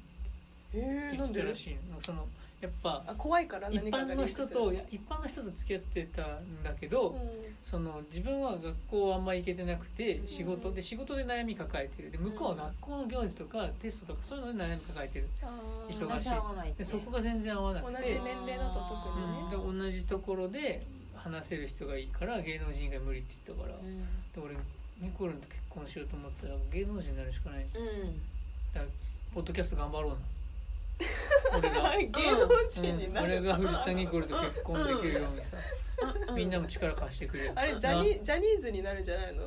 S3: えー
S2: 言
S3: な
S2: っ
S3: ん
S2: てた
S3: で
S2: らしいのなんかそのやっぱ
S3: あ怖いから
S2: 一
S3: 何か
S2: 般
S3: が
S2: の
S3: リンク
S2: 人
S3: する
S2: といや一般の人と付き合ってたんだけど、
S3: うん
S2: その自分は学校あんま行けてなくて
S1: うん
S2: 仕事で仕事で悩み抱えてるで向こうは学校の行事とかテストとかそういうので悩み抱えてる
S3: あ
S2: 忙
S3: ー
S2: しい
S1: 話し合わないって
S2: でそこが全然合わな
S3: 同
S2: く
S3: じ
S2: て
S3: 年齢だと特にね
S1: うん
S2: で同じところで話せる人がいいから芸能人以外無理って言ったから、
S1: うん
S2: で俺ニコルンと結婚しようと思ったら芸能人になるしかない
S1: うん
S2: ポッドキャスト頑張ろうな俺が、
S3: 芸能人にな
S2: うん
S3: る、
S2: 俺が藤田ニコルと結婚できるようにさ、
S1: う
S2: みんなも力貸してくれよ
S3: あれジャニジャニーズになるんじゃないの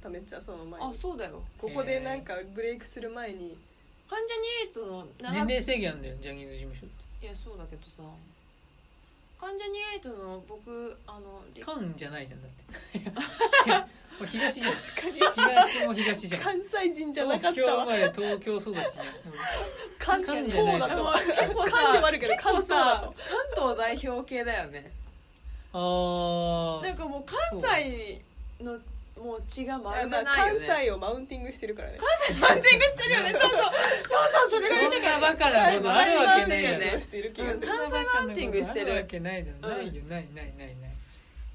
S3: ためっちゃんその前に
S1: あそうだよ
S3: ここでなんかブレイクする前に
S1: 関ジャニエイトの
S2: な
S1: 並
S2: 年
S1: び
S2: 齢制限あんだよジャニーズ事務所っ
S1: いやそうだけどさ関ジャニエイトの僕あの
S2: て
S1: り
S2: カンじゃないじゃんだってもう東じゃん
S3: 確
S2: 東も東じゃん
S3: 関西人じゃなかっ
S2: 東京
S3: た
S2: 生
S3: わ
S2: まれ東京育ちじゃん
S3: 関
S2: 関
S3: 東
S2: じゃない
S3: だと
S1: 結構
S3: 関ではあ
S1: さ
S3: るけど
S1: 結構
S3: 関東だ
S1: さ
S3: と
S1: 関東代表系だよね
S2: あー
S1: なんかもう関西のもう血がまるでないよ
S3: 関
S1: ね
S3: 西をマウンティングしてるからね
S1: マウンティングしてるよ ねそうそうそうそうそれそれ
S2: そんなバカなことあるわけない
S1: 関西マウンティング
S2: よ
S1: よね
S2: ね
S3: マウンティングしてる気がする
S1: 関西マウンティングしてる
S2: あるわけないだろ
S1: うん
S2: ないよないないないない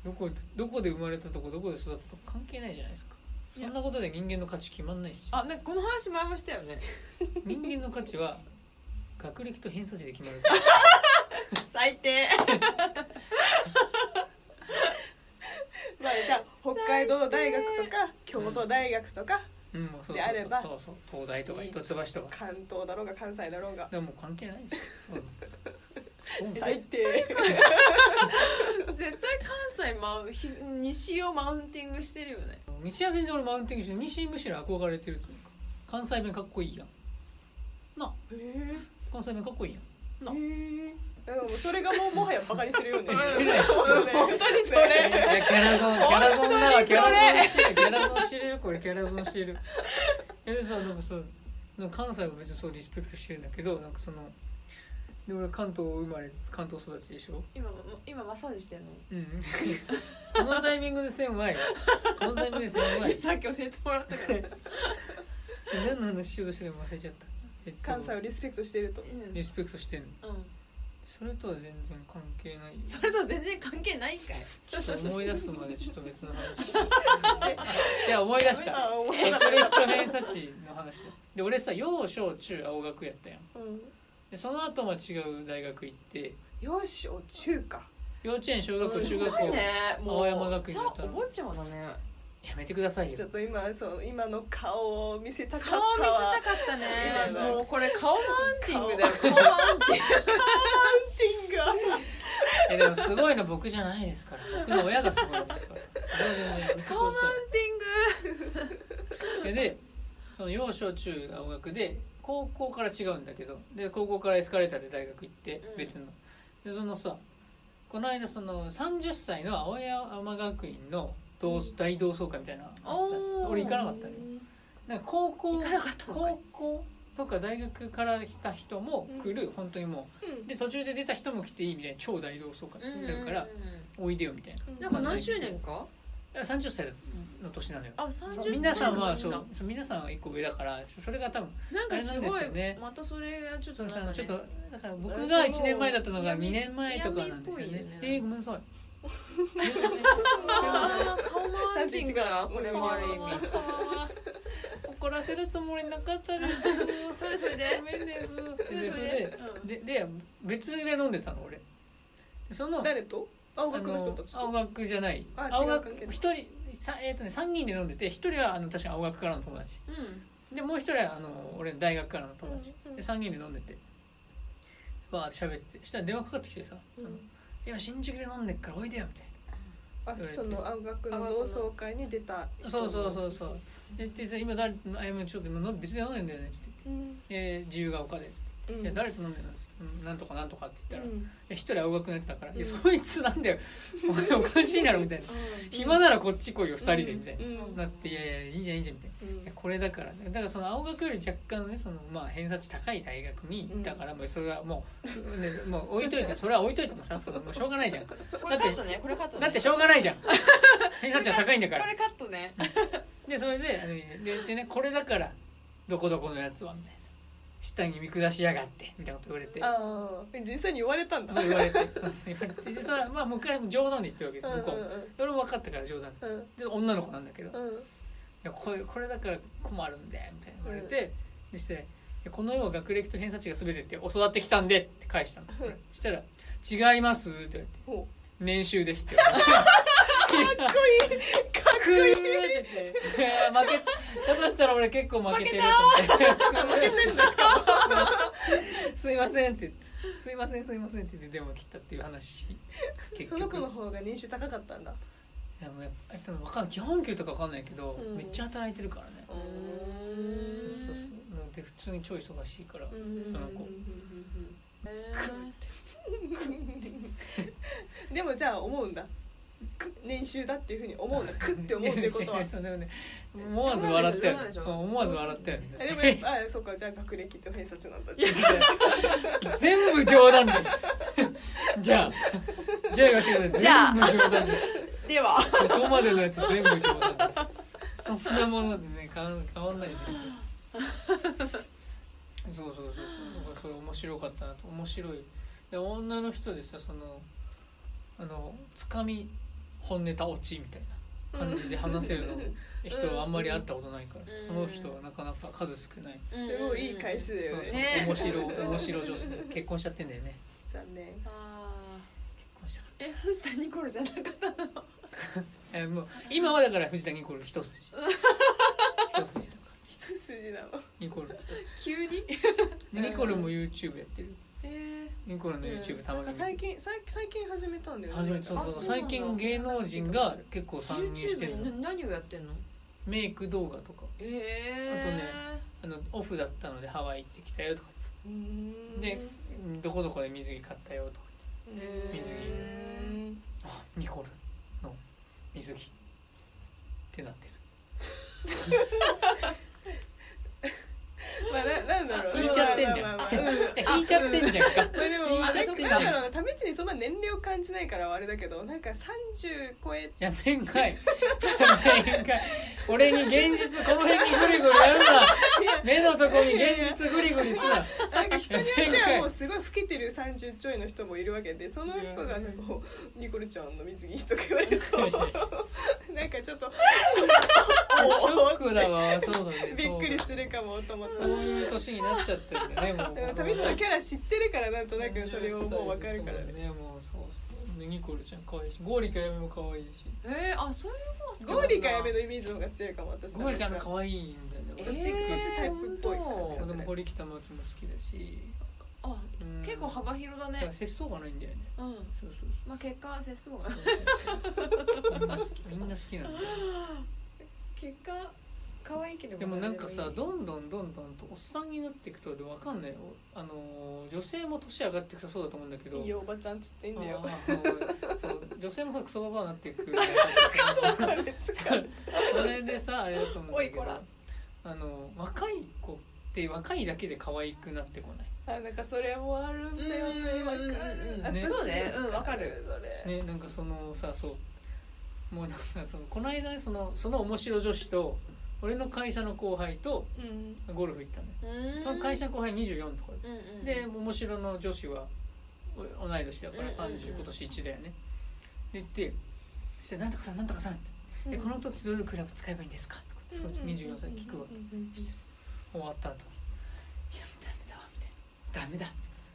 S2: どこどこで生まれたとこどこで育ったとこ関係ないじゃないですか
S1: い
S2: そ
S1: や
S2: んなことで人間の価値決まんないし
S1: あなんかこの話前もしたよね
S2: 人間の価値は学歴と偏差値で決 まる
S1: 最低
S3: まあじゃあ北海道大学とか京都大学とか
S2: うんもうそうそう
S3: であれば
S2: そうそう東大とか一橋とかだか
S3: 関東だろうが関西だろうが
S2: らもう関係ないですよそうそう
S3: 最低
S1: 絶対関西マウンひ西をマウンティングしてるよね
S2: 西は全然俺マウンティングしてる西むしろ憧れてるというか関西弁かっこいいやん
S3: へえ
S2: 関西弁かっこいいやんな
S3: なんかもうそれがもうもはやバカにするようね
S2: してない
S3: 本当にそ
S2: いやギャラゾンギャラゾンだわギャラゾンしてるギャラゾンしてるよこれギャラゾンしてるいやでさなんかさなんか関西は別にそうリスペクトしてるんだけどなんかそので俺関東生まれ関東育ちでしょ
S1: 今今マッサージしてんの
S2: うんこのタイミングで1000枚このタイミングで1000枚
S1: さっき教えてもらったからさ
S2: 何の話しようとしてるの忘れちゃった、えっと
S3: 関西をリスペクトしてると
S1: うんうん
S2: リスペクトしてんのそれとは全然関係ないよ
S1: それとは全然関係ないんかい
S2: ちょっと思い出すまでちょっと別 の話いや思い出した
S3: あ思い出
S2: エ
S3: した
S2: クレクト偏差値の話だで俺さ幼小中青学やったやん
S3: うん
S2: でその後も違う大学行って
S3: 幼少中か
S2: 幼稚園小学校
S1: す
S2: 中
S1: ご
S2: 学
S1: い
S2: 校、
S1: ねも
S2: 青
S1: う
S2: 山学院
S1: さ
S2: だった
S1: お坊ちゃまだね
S2: やめてください
S3: ちょ
S2: よ
S3: っと今そう今の顔を見せたかった
S1: 顔
S3: わ
S1: 見せたかった
S3: いい
S1: ね
S3: ね
S1: もうこれ顔マウンティングだよ顔マウンティング
S3: ティングは
S2: えでもすごいの僕じゃないですから僕の親がすごいんですからそれは全然やめてくだ
S1: 顔マウンティング
S2: さいでその幼小中青学で高校から違うんだけどで高校からエスカレーターで大学行って
S1: うん
S2: 別の、でそのさこの間その30歳の青山学院の同大同窓会みたいなのあった
S1: おー
S2: 俺行かなかったねなんか高校
S1: 行かなかったのかい
S2: 高校とか大学から来た人も来る、本当にも
S3: うん
S2: うで途中で出た人も来ていいみたいな超大同窓会
S1: うん
S2: やるから、おいでよみたいな
S1: なんか何周年か
S2: いや30歳の年なのよ
S1: あ三
S2: そう
S1: 30歳
S2: 皆さん
S1: の
S2: は
S1: 年
S2: そう
S1: か
S2: そう皆さんは一個上だからちょそれが多分
S1: なんかす
S2: あれなん
S1: ご
S2: です
S1: い
S2: よね
S1: またそれがちょっ
S2: そ
S1: と
S2: の
S1: なん
S2: さ
S1: かね
S2: ちょっとだから僕
S3: そ
S2: が
S3: の
S2: 1年前だったのが
S1: 闇
S2: 2年前とかなんですよ
S1: 闇っぽいよ
S2: ね
S1: ね
S2: えーごめんなさい
S1: あー顔マウンティングだこれもある意味
S2: 怒らせるつもりなかったです
S1: それでそれで
S2: ごめんで
S1: そ
S2: す
S1: れで
S2: で
S1: そ
S2: そ
S1: れ
S2: れ
S1: で
S2: ででで別で飲んでたの俺その
S3: 誰と青
S2: あ
S3: 学の人た
S2: の
S3: ちと
S2: 青学じゃない
S3: あ
S2: 青
S3: 違う
S2: 学
S3: 関係の
S2: 一人さえっ、とね3人で飲んでて一人はあの確か青学からの友達
S1: うん
S2: でもう一人はあの俺の大学からの友達、
S3: うんうん
S2: で3人で飲んでてわーって喋っててしたら電話かかってきてさ「あの
S3: うん
S2: 今新宿で飲んでっからおいでよ」みたい
S3: あその青学の同窓会に出た
S2: な「
S3: 人
S2: そうそうそうそう」ででさ今誰とあいやちょっと今飲ん別で飲んでんだよね」っつって
S3: うん
S2: 「で自由が丘で」っつって。
S3: うん
S2: いや誰と飲んでたんですうんなんとかなんとかって言ったら「い
S3: うん
S2: や一人は青学のやつだから、いうや
S3: ん
S2: そいつなんだ よお前おかしいだろ」みたいな「暇ならこっち来いよ二人で」みたいな、
S3: うん
S2: なって「いやいやいいじゃんいいじゃん」みたいな
S3: うん
S2: いやこれだからねだからその青学より若干ねそのまあ偏差値高い大学に行ったから、もうそれはもう,、ね、もう置いといてそれは置いといてもさそのもうしょうがないじゃんだ
S1: これカットねこれカットね
S2: ってしょうが ないじゃん偏差値は高いんだか
S1: こ
S2: ら
S1: れカットね
S2: でそれであのででねこれだからどこどこのやつはみたいな下に見下しやがってみたいなこと言われて
S3: ああ実際に言われたんだ
S2: そう言われてそうそう言われてでそれはまあもう一回冗談で言ってるわけですよ向こうも
S3: う
S2: 俺も分かったから冗談で
S3: んうん
S2: で女の子なんだけど
S3: うんうん
S2: いやこれこれだから困るんでみたいな言われて、でしていや「この世は学歴と偏差値が全て」って教わってきたんでって返したの
S3: うん
S2: したら「違います」って言われて
S3: ほ
S2: 「年収です」って言われてかっこいいかっこいいって言っていや 負けだとしたら俺結構負けてると思って
S3: う負けてんだしか
S2: 「 すいません」って言って。すいませんすいませんって言って電話切ったっていう話
S3: もその子の
S2: い
S3: 方が年収高かったんだ
S2: やもうやっぱでもわかんない基本給とかわかんないけど、
S3: うん
S2: めっちゃ働いてるからね、
S1: うん
S2: そうそうそうで普通に超忙しいから、
S3: うん
S2: その子
S1: え
S3: でもじゃあ思うんだく年収だっていうふうに思う んだくって思うっていうことは
S2: 違う違うでもね思わず笑ったよ
S1: 冗
S2: ね
S1: 談でしょ
S2: 思わず笑ったよ
S3: あでもやっ
S2: ね
S3: ぱあそうかじゃあ学歴と偏差値なんだ
S2: 全部冗談です じゃあじゃあよしこさん
S1: じゃあ
S2: 全部冗談です
S1: ーでは
S2: ここまでのやつ全部冗談ですそんなものでね変わ変わんないですよそうそうそうそうだからそれ面白かったなと面白いで女の人でさそのあのつかみ本ネタ落ちみたいな感じで話せるの人はあんまり会ったことないから、
S1: うん
S2: その人はなかなか数少ない、
S3: すごいいい返しだ
S2: そう
S3: よ
S2: そう
S3: ね
S1: ね
S2: 面白い面白い女性結婚しちゃってんだよね
S3: 残念
S1: あ
S2: 結婚しちゃっ
S1: ーえ藤田ニコルじゃなかったの
S2: たえーもう今はだから藤田ニコル一筋一筋だから
S3: 一筋なの
S2: ニコル一筋
S1: 急に
S2: でニコルも YouTube やってる
S1: え
S2: ニコルの YouTube たまに
S3: なんか最近最最近始めたんだよね
S2: 初めてそう
S1: あ
S2: そう
S1: そうなんだ
S2: 最近芸能人が結構参入してる
S1: YouTube
S2: の
S1: に何をやってんの
S2: メイク動画とか
S1: え
S2: あのオフだったのでハワイ行ってきたよとか
S3: うーん
S2: でどこどこで水着買ったよとか
S3: うん
S2: 水着
S3: うん
S2: あニコルの水着ってなってる
S3: ままあななんだろう
S2: 引いちゃってんじゃん
S3: まあま あまあまあうん
S2: 引いちゃってんじゃんか
S3: まあでもまあ
S2: 引いち
S3: そ
S2: ゃっ
S3: ってか
S2: ん
S3: なん
S2: じゃ
S3: だ
S2: ん
S3: ろうなタメッチにそんな年齢を感じないからはあれだけどなんか30超え
S2: やめんかいやめんかい俺に現実この辺にグリグリやるな目のとこに現実グリグリす な
S3: なんか人によってはもうすごい老けてる30ちょいの人もいるわけでその人がなんかこう「ニコルちゃんの水着」とか言われるとなんかちょっと
S2: ショックだ わそうだね
S3: びっくりする
S2: か
S3: かもと思った
S2: そういう年になっちゃってるんだねもう
S3: でもタメッチのキャラ知ってるからなんとなくそれをもう分かるから
S2: そうだ
S3: ね
S2: ねもうそうそうニコルちゃん可愛いしゴーリカやめも可愛いし
S1: えー、あそういう方好きなんだ
S3: ゴーリかやめのイメージの方が強いかも私
S2: ゴーリカやめ
S3: そっ
S2: 可愛いんだよね俺
S3: ちそっ
S1: え
S3: ち
S1: ー
S3: タイプっぽい
S1: ほん
S3: 感
S2: で
S3: じ
S2: も
S3: が
S2: 堀北真希も好きだし
S1: あ
S2: うん
S1: 結構幅広だ
S2: だから
S1: ね
S2: 節操がないんだよね
S1: うん
S2: そうそうそう
S1: まあ結果は節 操が
S2: みんな好きみんな好きなんだよ
S1: 結果可愛いければ
S2: でもなんかさ
S1: 誰でも
S2: どんどんどんどんとおっさんになっていくとでわかんないよあのー女性も年上がっていくとそうだと思うんだけど
S3: いいよおばちゃんっつっていいんだよ
S2: あーそう女性もさクソババアになってい く
S3: そうこれ使う
S2: それでさあれだと思うんだけ
S1: おいこ
S2: ど
S1: ら
S2: あの若い子って若いだけで可愛くなってこな
S3: あなんかそれもあるんだよねわか
S2: うん
S3: る
S2: ね
S1: そうねうんわかる
S3: それ
S2: いねなんかそのさそうもうなんかそのこの間ねそのその面白女子と俺の会社の後輩と
S3: うん
S2: ゴルフ行ったのよ
S1: うん
S2: その会社の後輩24とか
S1: うんうん
S2: で面白の女子はお同い年だから
S1: うんうんうん
S2: 30今年1だよねで行ってそして「なんとかさんなんとかさん」って「えこの時どういうクラブ使えばいいんですか?」とかってそう24歳に聞くわけ終わった後いやダメだわ」みたいな「ダメだ」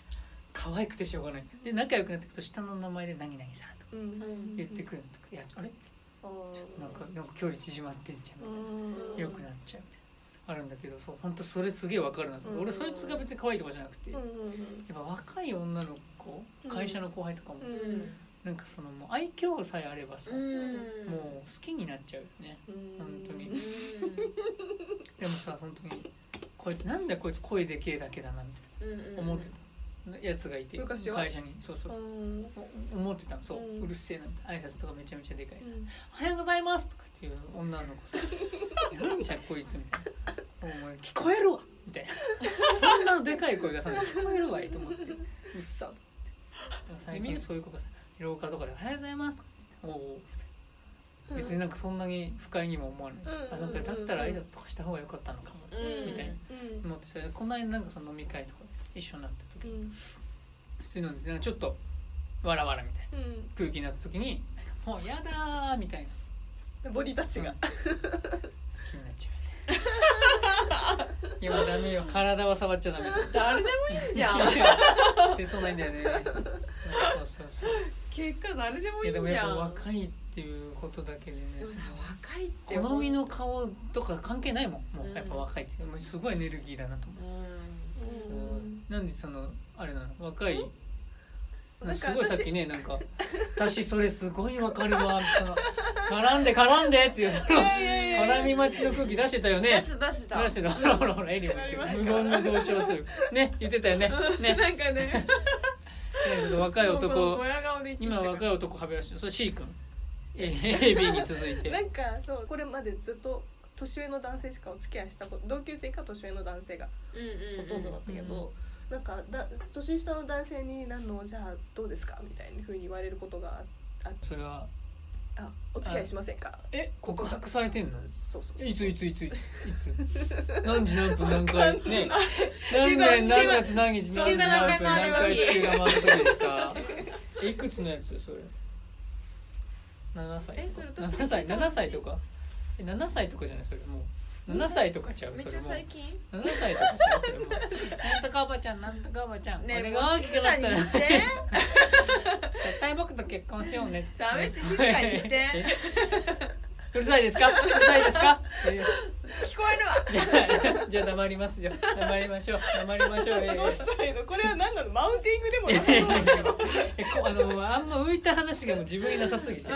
S2: みたいな可愛くてしょうがない」で仲良くなっていくと下の名前で「何々さん」とか
S3: うんうん
S2: 言ってくるのとか「いやあれちょっとなんかなんか距離縮まってんじゃん」みたいな。
S3: うん
S2: 良くなっちゃうみたいなあるんだけどそう本当それすげえわかるなと思って、
S3: うん
S2: 俺そいつが別に可愛いとかじゃなくて、
S3: うん
S2: やっぱ若い女の子会社の後輩とかも、
S3: う
S1: う
S3: ん
S1: ん
S2: なんかそのもう愛嬌さえあればさ、
S1: うん
S2: もう好きになっちゃうよね
S3: うん
S2: 本当に
S1: うん
S2: でもさ本当にこいつなんでこいつ声でけえだけだなみ
S1: うん
S2: た
S1: う
S2: い
S1: ん
S2: な思ってたやつがいて
S3: 昔は
S2: 会社にそうそう、
S3: うん
S2: お思ってたのそう、
S3: う
S2: うんるせえなみたいな挨拶とかめちゃめちゃでかいさ、おはようございます」とかっていう女の 子さ「何じゃこいつ」みたいな「お前聞こえるわ」みたいな そんなでかい声出さない聞こえるわいと思ってうっさと思 って最近そういう子がさ廊下とかで「おはようございます」って言っておうおう
S3: うん
S2: 別になんかそんなに不快にも思わないし、
S3: うん
S2: あなんかだったら挨拶とかした方が良かったのかも
S1: うん
S2: みたいな
S3: うん
S2: 思ってさこの間なんかその飲み会とかで一緒になった時
S3: うん
S2: 普通に飲んでなんかちょっとわらわらみたいな
S3: うん
S2: 空気になった時に「もうやだー」みたいな
S3: ボディタッチが
S2: 好きになっちゃうよねいやもうダメよ体は触っちゃダメだ
S1: 誰でもいいんじゃん
S2: せそうないんだよねそうそうそう
S1: 結果誰でも
S2: い
S1: いい
S2: や
S1: んじ
S2: で
S1: ゃん
S2: も
S1: で
S2: やっぱ
S1: も
S2: 若いっていうことだけでね
S1: さ若いって
S2: 好みの顔とか関係ないもんも
S1: うん
S2: うやっぱ若いってもうすごいエネルギーだなと思
S1: うん
S2: う、なんでそのあれなの若い
S3: なんか
S2: すごいさっきねなんか「私それすごいわかるわ」みたいな「絡んで絡んで」っていう
S3: いやいやいや
S2: 絡み待ちの空気出してたよね
S1: 出した出した
S2: 出してたほらほらほらエリも
S3: ありますか
S2: 無言の同調するね言ってたよねね
S1: なんかね
S2: ちょっと若い
S1: もうこの
S2: 男
S1: ドヤ顔で言ってきた
S2: 今
S1: から
S2: 若い男はべらしてるそれ C 君 AB に続いて
S3: なんかそうこれまでずっと年上の男性しかお付き合いしたこと同級生か年上の男性が
S1: うん
S3: ほとんどだったけど、なんかだ年下の男性に何のじゃあどうですかみたいな風に言われることがあっ
S2: それは
S3: あお付き合いしませんか
S2: え告白されてんの
S3: そうそう
S2: いついついついついつ何時何分何回ね
S1: 地球
S2: 何
S1: が
S2: 年何月何日
S1: 地球
S2: 何時
S1: が
S2: 何分
S1: 地球が
S2: 何
S1: 何回
S2: 回地
S1: 回
S2: 球
S1: る
S2: が回る時ですかえいくつのやつそれ7歳
S1: えそれ私
S2: 7歳
S1: 聞いた話
S2: 7歳とかえ7歳とかじゃないそれもう7歳とかちゃう
S1: めっ
S2: そ
S1: ち
S2: れ
S1: ゃ
S2: もう
S1: 最近
S2: 7歳とかちゃうそれもうなんとかおばちゃんなんとかおばちゃん、
S1: ねえ
S2: 俺
S1: も
S2: が
S1: う
S2: 大き
S1: 静
S2: くなっ
S1: かに
S2: たら絶
S1: して
S2: 対僕と結婚しようね
S1: ダメって静かに して
S2: えうるさいですかうるさいで すかえ
S1: 聞こえるわ
S2: じゃ あじゃあ黙りますじゃあ黙りましょう黙りましょう え
S3: どうしたらいいのこれは何なのマウンティングでも
S2: え
S3: なさそうだけど
S2: えこあのあんま浮いた話がもう自分になさすぎて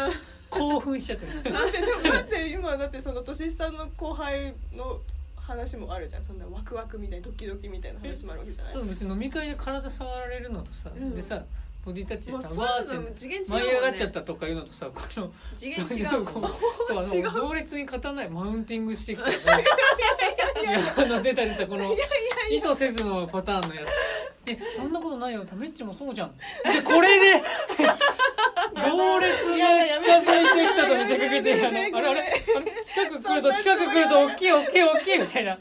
S2: 興奮しちゃってる
S3: だってでもだって今だってその年下の後輩の話もあるじゃんそんなワクワクみたいなドキドキみたいな話もあるわけじゃない
S2: そう別に飲み会で体触られるのとさ、
S1: うん
S2: でさボディタッチで
S1: もう
S2: さ
S1: そう
S2: わーっ
S1: いうの
S2: て
S1: 次元違うもん
S2: 舞
S1: ね
S2: い上がっちゃったとかいうのとさこの
S1: 次元違うもん
S2: そう
S3: 違う
S2: あの同列に勝たないマウンティングしてきたよねいやあの出た出たこの意図せずのパターンのやつえそんなことないよタメッチもそうじゃんでこれで行列が近づいてきたと見せかけて
S3: や
S2: あ
S3: だや
S2: の
S3: だ
S2: あれあれあれ近く来ると近く来ると大きい大きい大きいみたいな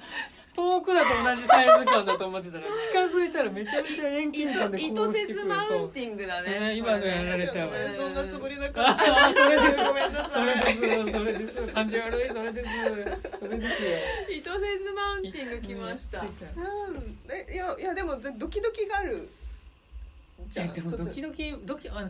S2: 遠くだと同じサイズ感だと思ってたら近づいたらめちゃめちゃ遠近感で
S1: 意
S2: こ
S1: 図
S2: うし
S1: せ
S2: てく
S1: ず
S2: る
S1: マ
S2: そ
S1: ウン
S2: う
S1: ティングだ
S2: ね
S1: ね
S2: 今のやられたわ
S3: そんなつもりなか
S2: あ
S3: っ
S2: あそれです
S3: たごめんな
S2: そ
S3: さ
S2: れ
S3: い
S2: ですそれです感じ悪いそれですそれですよ
S1: 意図せずマウンティングきました
S3: うんえいやいやでもドキドキがある
S2: いやでも
S3: そっち
S2: ドキドキドキあの本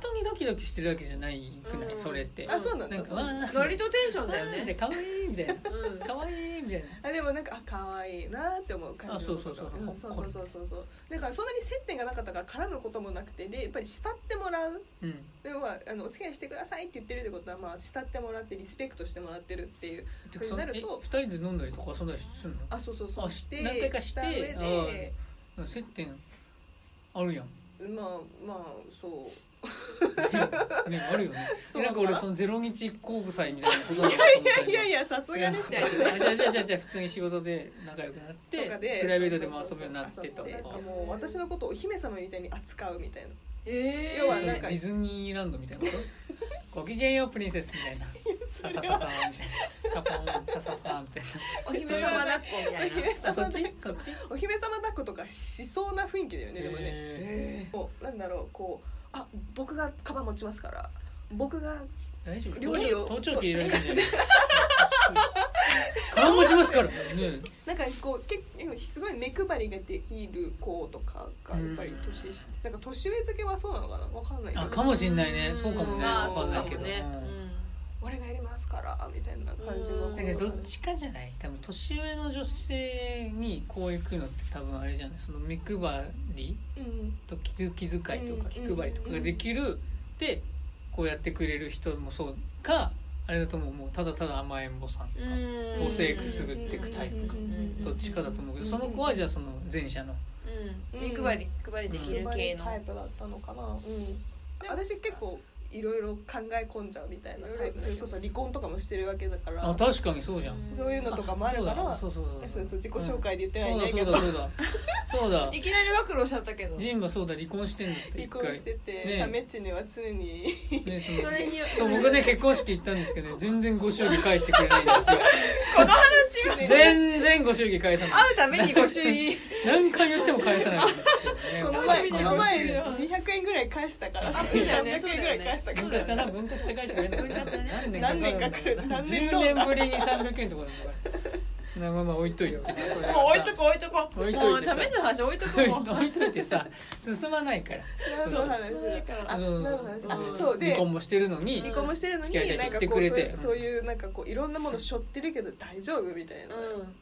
S2: 当にドキドキしてるわけじゃないくない、
S1: うん
S2: それって
S3: あそうなん
S2: な
S3: だ
S2: んか
S3: そう
S2: わ
S3: な
S2: ー
S1: ノリとテンションだよ
S2: わーって
S1: ね
S2: 可愛いみたいな
S1: うん
S2: 可愛いみたいな
S3: あでもなんかあ可愛いなって思う感じの
S2: あそうそうそう
S3: ことんそうそうそうそうそうだからそんなに接点がなかったから絡むこともなくてでやっぱり慕ってもらう
S2: うん
S3: でもまああのお付き合いしてくださいって言ってるってことはまあ慕ってもらってリスペクトしてもらってるっていう
S2: てかそ
S3: これになる
S2: え
S3: と
S2: 二人で飲んだりとかそんなりする
S3: あそうそうそ
S2: あ
S3: うして
S2: 何回かして
S3: た上で
S2: の接点あ るやん
S3: まあまあそう
S2: ねあるよね
S3: そう
S2: なんか俺そのゼロ日交際 みたいなことだと思った
S3: いやい
S2: や
S3: やさすがに
S1: いや
S2: じゃあじゃあじゃあ普通に仕事で仲良くなって
S3: とかで
S2: プライベートでも遊ぶようになって
S3: そ
S2: と
S3: う
S2: か
S3: そうそうなんかもう私のことをお姫様みたいに扱うみたいな
S1: え
S3: 要は
S2: そう
S3: なんか
S2: ディズニーランドみたいなことごきげんようプリンセスみたいなささささみたいなカポンさささみたい
S1: お姫様抱っこみたいな
S2: なあそっちそっち
S3: お姫様抱っことかしそうな雰囲気だよねでもね
S2: へ
S1: え
S3: もうなんだろうこうあ僕がカバン持ちますから僕が
S2: ー大丈夫
S3: 料理を
S2: 盗聴器入れられてんじゃない顔持ちますからね
S3: なんかこう結構すごい目配りができる子とかがやっぱり年、なんか年上付けはそうなのかなわかんないけ
S2: あ
S3: ど
S2: かもしんないねそうかもね
S1: まあ
S2: わか
S1: そうん
S2: な
S1: かも
S2: いけど
S1: ね
S3: 俺がやりますからみたいな感じの
S1: うん
S2: だけどどっちかじゃない多分年上の女性にこう行くのって多分あれじゃないその目配り
S3: うん
S2: と気づ気遣いとか気
S3: うん
S2: 配りとかができるでこうやってくれる人もそうかあれだともうもうただただ甘えん坊さんとか
S1: うん
S2: 母性くすぐってくタイプか
S1: うん
S2: どっちかだと思うけど
S3: うん
S2: その子はじゃあその前者の
S1: うん目配り配りできる系の
S3: タイプだったのかなうん私結構いろいろ考え込んじゃうみたいなタイプそれこそ離婚とかもしてるわけだから
S2: あ確かにそうじゃん
S3: そういうのとかもあるから
S2: あそうだそうだ
S3: そうそう自己紹
S2: うん
S3: 介で言って
S2: そう
S3: な
S2: だ
S3: い
S2: そ
S3: け
S2: う
S3: ど
S2: だそうだそう だ
S1: いきなり暴露しちゃったけど
S2: ジンはそうだ離婚してんだって
S3: 離
S2: 一
S3: 婚
S2: 回
S3: して
S2: ね
S3: てタメッチには常に
S2: ねその
S1: それに
S2: そう僕ね結婚式行ったんですけど ね全然ご祝儀返してくれないんですよ
S1: この話を
S2: 全然ご祝儀返さない
S1: 会うためにご祝儀
S2: 何回言っても返さないんですよ
S3: こ
S2: ね。
S3: の前
S1: こ
S3: こ
S1: の
S3: の
S1: 前
S3: 前
S1: で
S3: 200円ぐらい返したから
S1: あそうだよね
S3: 300円ぐらい返したか
S1: そう
S2: 分
S1: だよね
S2: 割かな分割で返してくれない
S1: 分割だね
S2: 何年かかるんだろう
S3: 何
S2: な
S3: 年
S2: 10
S3: かかる
S2: 年ぶりに300円とかだからまあまあ置いといてそれはさ
S1: もう置いとこ置いとこ
S2: 置いといてさ
S1: もう試しの話置いとこ
S2: 置い
S1: もう
S2: 置いといてさ進まないから
S3: ら何の話あ
S2: そう
S3: 何の話あ
S1: うん
S3: そう
S2: 離
S3: で
S2: 婚もしてるのに
S3: 離婚もしてるの
S2: 付き合い
S3: に
S2: たい
S3: な
S2: っ
S3: ん
S2: て言
S3: か
S2: ってく
S3: こうそう
S2: れ
S3: い
S2: て
S3: うそういうなんかこういろんなもの背負ってるけど大丈夫みたいな
S1: うん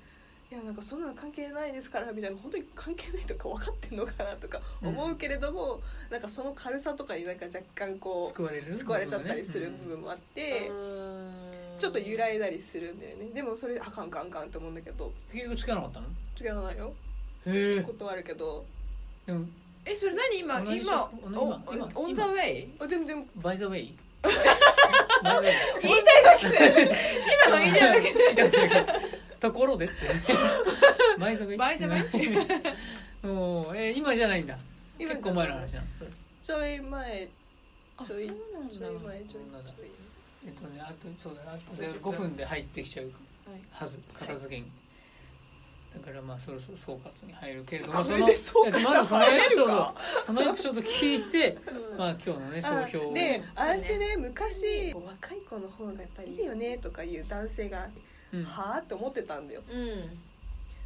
S3: いやなんかそんなの関係ないですからみたいな本当に関係ないとか分かってんのかなとか思うけれどもなんかその軽さとかになんか若干こ
S2: 救われ
S3: う
S2: る
S3: 救われちゃったりする部分もあって
S1: うん
S3: ちょっと揺らいだりするんだよねでもそれあかんかんかんと思うんだけど
S2: 結局付き合わなかっ
S3: 違うないよ
S2: たのへえ
S3: 断るけど
S2: でも
S1: えそれ何今
S2: 同じ
S1: 今
S2: 同じ今
S1: お
S2: 今
S1: オンザウェイ
S3: あ全然
S2: バイザウェイ
S1: 言いたいだけで今の言いたいだけ
S2: ところ でって バイザウェイ
S1: バイザウ
S2: ェイ もうえー今じゃないんだ
S3: 今
S2: 結構前の話だ
S3: ちょい前
S1: あ
S3: ちょい
S1: そうなんだ
S3: ちょい前ちょい
S2: そうなんだ
S3: ちょい
S2: えっとねあとそうだなあと
S1: 50
S2: 5分で入ってきちゃう
S1: はい
S2: はず片付けに、だからまあそろそろ総括に入るけれども
S3: あ
S2: そ
S3: こ
S2: の
S3: れで総括
S2: いやまずそのエピソード
S3: 入るか
S2: そのエピソード聞いて
S1: うん
S2: まあ今日のね総評を
S3: あで
S1: そうね
S3: 私ね昔若い子の方がやっぱりいいよねとかいう男性が
S2: うん
S3: はあって思ってたんだよ
S1: うん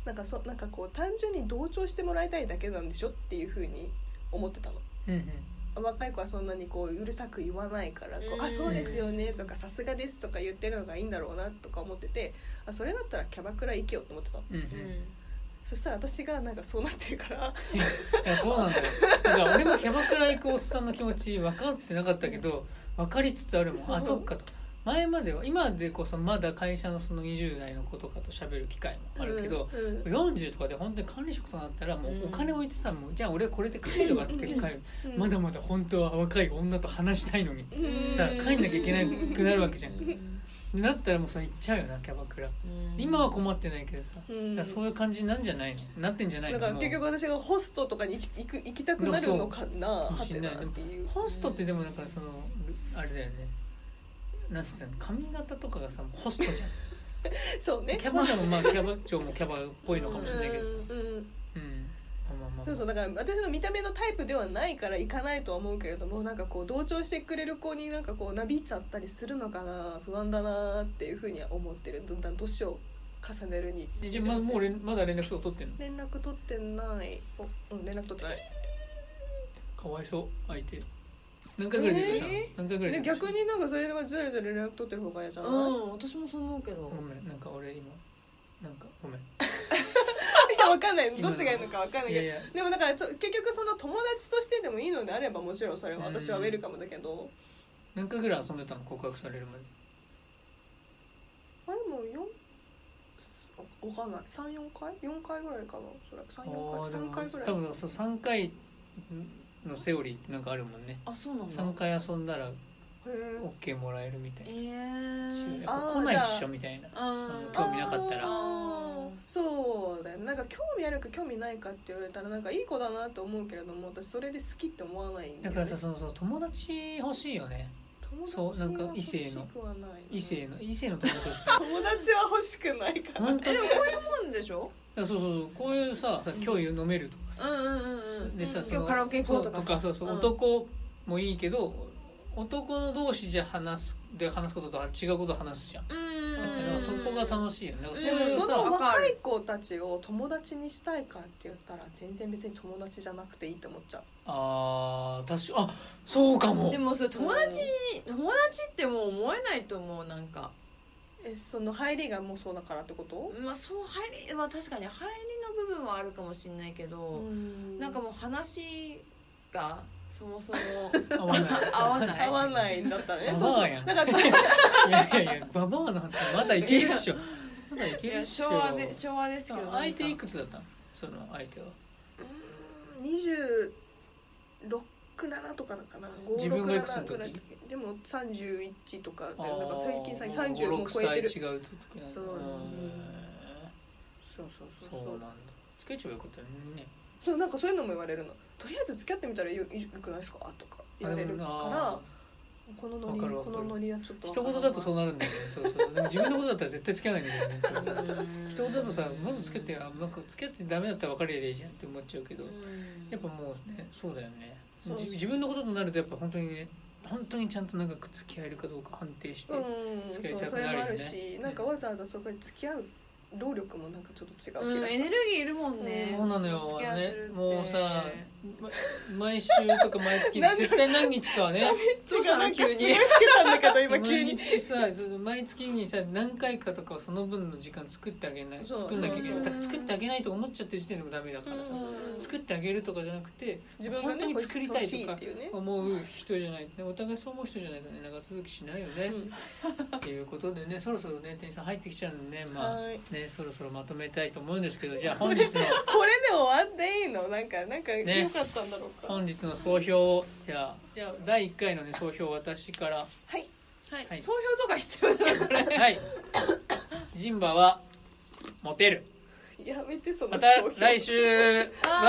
S3: なんかそなんかこう単純に同調してもらいたいだけなんでしょっていうふうに思ってたの
S2: うん
S3: 若い子はそんなにこううるさく言わないからこ
S1: うん
S3: うあそうですよね」とか「さすがです」とか言ってるのがいいんだろうなとか思っててあそれだったらキャバクラ行けよって思ってたの
S2: うんうん
S1: う
S2: うん
S1: ん
S3: そしたら私がなんかそうなってるから
S2: いやそうなんだよだから俺もキャバクラ行くおっさんの気持ち分かってなかったけど分かりつつあるもんあ
S3: そう
S2: そっかと前までは今でこそまだ会社のその20代の子とかと喋る機会もあるけど、
S3: うんうん
S2: 40とかで本当に管理職となったらも
S1: うん
S2: うお金置いてさ、もうじゃあ俺これで帰るわって帰
S3: うん
S2: る、
S3: うん
S2: まだまだ本当は若い女と話したいのに、
S3: うん
S2: さ帰んなきゃいけなくなるわけじゃん
S1: うん
S2: だったらもうそれ行っちゃうよなキャバクラ今は困ってないけどさ、
S3: うん
S2: だからそういう感じなんじゃないのなってんじゃない
S3: だ
S2: の
S3: から
S2: もう
S3: 結局私がホストとかに行き行く行きたくなるのかな
S2: う
S3: はてなっていう
S2: ホストってでもなんかそのルあれだよねなんて言ったの髪型とかがさもうホストじゃ
S3: そうん ね
S2: キャバ嬢もまあキャバ嬢もキャバっぽいのかもしれないけどさ
S3: うんうん
S2: うん、まあまあまあ
S3: そうそうだから私の見た目のタイプではないから行かないとは思うけれどもなんかこう同調してくれる子になんかこうなびいちゃったりするのかな不安だなっていうふうには思ってるどんどん年を重ねるに
S2: えじゃあまもう連まだ連絡とか取ってんの
S3: 連絡取ってないおうん連絡取ってない
S2: かわいそう相手何回ぐらいデートしたの、
S1: え
S2: 何回ぐらいデ
S3: で
S2: ートした
S3: 逆になんかそれでもずるずる連絡取ってる方が嫌じゃない、
S1: う
S3: い
S1: ん私もそう思うけど
S2: ごめんなんか俺今なんかごめん
S3: やわかんないどっちがいいのかわかんない
S2: い
S3: け
S2: や
S3: ど
S2: いや
S3: でもだからちょ結局その友達としてでもいいのであればもちろんそれは私はウェルカムだけど、
S2: 何回ぐらい遊んでたの告白されるまで
S3: まあでも四わかんない三四回四回ぐらいかなおそらく三四
S2: あ
S3: 回
S2: ーでも
S3: 三回ぐらい
S2: 多分そう3回のセオリーってなんかあるもんね
S1: あそうなんだ
S2: 3回遊んだら
S3: へ
S2: OK もらえるみたい
S1: え
S2: な
S1: ー、
S2: やっぱ来ないっしょみたいな
S1: あ
S2: 興味なかったら
S3: あーそうだよねなんか興味あるか興味ないかって言われたらなんかいい子だなと思うけれども私それで好きって思わないん
S2: だ
S3: だよ
S2: から
S3: ね
S2: さそのそう友達欲しいよね
S3: 友
S2: そうな
S3: 達
S2: んか
S3: は欲
S2: 異
S3: し
S2: 性の
S3: くはない
S2: 異性
S3: の
S2: の異性の友達欲しいだか
S3: 友達は欲しくないから
S2: 本
S1: えでもこういうもんでしょ
S2: らそうそうそうこういうささ今日飲めるとか
S1: うんうんうんうん
S2: でさ
S1: うん
S2: その
S1: 今日カラオケ行こうとかさ
S2: そうそう
S1: う
S2: そう
S1: ん
S2: 男もいいけど男の同士じゃ話すで話すこととは違うことを話すじゃん
S1: う
S2: だ
S1: ん
S2: からそこが楽
S1: しい
S2: しいよねだから
S1: うん
S2: そういう
S3: そ
S2: さ
S3: の
S1: わかる
S3: 若い子たちを友達にしたいかって言ったら全然別に友達じゃなくていいと思っちゃう
S2: あー確かあそうかも
S1: でもそれ友達に友達ってもう思えないと思うなんか
S3: えその入りがもうそうだからってこと、
S1: まあそう入りまあ確かに入りの部分はあるかもしれないけど、なんかもう話がそもそも
S2: 合わない
S1: 合わない
S3: 合わないんだったらね
S2: バ
S3: そう
S2: バ
S3: そ
S2: ア
S3: う
S2: やん
S3: なんか
S2: いやいやいやババアなんてまだいけるっしょまだい
S1: い
S2: けるっ
S1: や
S2: し
S1: 昭
S2: ょ
S1: 和で昭和ですけど
S2: 相手い
S1: 行
S2: くつだったのその相手は
S3: 26、7とかなんかな5、
S2: 自分がいくつの時
S3: 6、7ぐらいでも31とかだよなんか
S2: あ
S3: 最
S2: ー
S3: 近さ30も超えて
S2: 5 6歳違う
S3: る
S2: 時なんだ
S3: そう
S2: へ
S3: そうそう
S2: ー
S3: そうそ
S2: そううなんだつけちゃえばよかったのにね
S3: そうなんかそういうのも言われるのとりあえず付き合ってみたらよいいくないですかとか言われるからこのノリ
S2: わかるわ
S3: こ
S2: かる
S3: のノリはちょっと
S2: 一言だとそうな
S3: る
S2: るんだよねそうそうでも自分のことだったら絶対つけないんだよねそうそう一言だとさまずつけてあなんかつけてダメだったら別れりゃいいじゃんって思っちゃうけどやっぱもうねそうだよね
S3: そう
S2: じ自分のこととなるとやっぱ本当にね本当にちゃんと長く付き合えるかどうか判定して、
S3: うん
S2: 付き合い
S3: そ
S2: た
S3: う
S2: く
S3: そ
S2: な
S3: れ
S2: るよね
S3: もあるしなんかわざわざそこに付き合う労力もなんかちょっと違う気が
S1: エ
S3: し
S1: ネルギーいるもんね
S2: そうなのよ
S1: 付き合いするって
S2: ねもうさま毎週とか毎 月絶対何日かはね
S1: どうしたの急に
S3: たんだけど今急
S2: 毎
S3: に
S2: 日さその毎月にさ何回かとかはその分の時間作ってあげない
S3: そう
S2: 作んなきゃいけな
S1: う
S2: い
S1: ん
S2: だから作ってあげないと思っちゃってる時点でもダメだからさ、
S1: うん
S2: 作ってあげるとかじゃなくて
S3: 自分がね
S2: 本当に作りたいとか
S3: 欲しっていうね
S2: 思う人じゃないお互いそう思う人じゃないとね長続きしないよね、っていうことでねそろそろね店員さん入ってきちゃうんでねまあ
S3: はい
S2: ねそろそろまとめたいと思うんですけどじゃあ 本日の
S3: これで終わっていいのなんかなんか
S2: ね
S3: 良かったんだろうか、
S2: 本日の総評をじゃあじゃあ第1回のね総評私から
S3: はい
S1: はい
S2: はい
S1: 総評とか必要なのこれ
S2: はいジンバはモテる
S3: やめてその
S2: また来週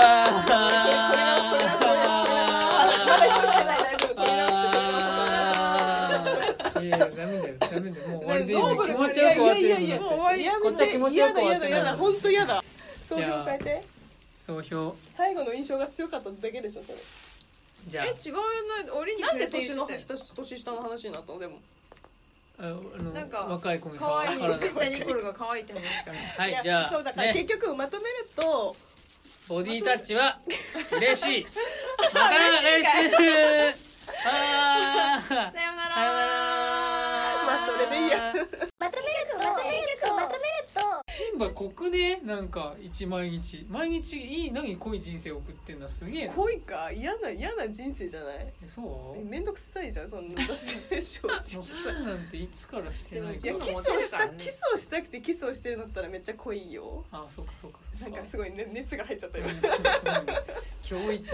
S2: バイ
S3: 取り直し取り直して取り直
S2: いやいやダメだよダメだよもう終わり
S3: して
S2: でいいの
S3: ノーブ
S2: 気
S3: ル
S2: 持ちよく終 わってる
S3: いやいやいやもう終わりやめて
S2: こっちは気持ちよく終わってる
S3: やだやだやだ本当やだ総評
S2: じゃあ
S3: 変えて
S2: 総評
S3: 最後の印象が強かっただけでしょそれ
S2: じゃ
S1: え違うよね折に
S3: な
S1: 触
S3: んで
S1: れて
S3: 年
S1: 言
S3: の
S1: ってたよ
S3: 年下の話になったのでも
S2: ああの
S1: なんか
S2: 若い子に
S1: 可愛い
S2: 触らなかっ
S1: 下ニ
S2: た
S1: コルが可愛いって話から
S2: はい
S3: や
S2: じゃ
S3: そうだ
S2: あ
S3: から結
S2: ね
S3: 局まとめると
S2: ボディタッチは嬉しいまた来週 あー
S1: さようなら
S2: さようなら
S3: まあそれでいいや
S4: まとめ力まとめ力まとめると
S2: シンバ濃くねなんか一毎日毎日いい何濃い人生送ってんだすげえな
S3: 恋か嫌な嫌な人生じゃない
S2: えそう
S3: えめんどくさいじゃんそんなだって正
S2: もう
S3: 直
S2: キスなんていつからしてない
S3: いや
S1: でも
S2: か
S3: キスをし
S1: モテるか
S3: た、
S1: らね
S3: キスをしたくてキスをしてるんだったらめっちゃ濃いよ
S2: あそうかそうかそう
S3: な
S2: か
S3: んかすごい、ね、熱が入っちゃった今
S2: 今日 一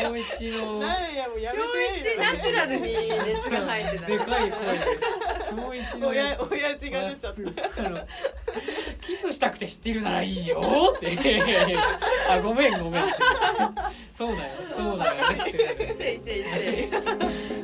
S2: 今日一の
S3: んやもうや
S1: 今日一ナチュラルに熱が入ってた
S2: で
S1: ね
S2: かい声でもう一度
S3: 親親父が出ちゃった
S2: あのキスしたくて知っているならいいよって「 あごめんごめん」って「そうだよそうだよね」ってなる
S1: せいせいせい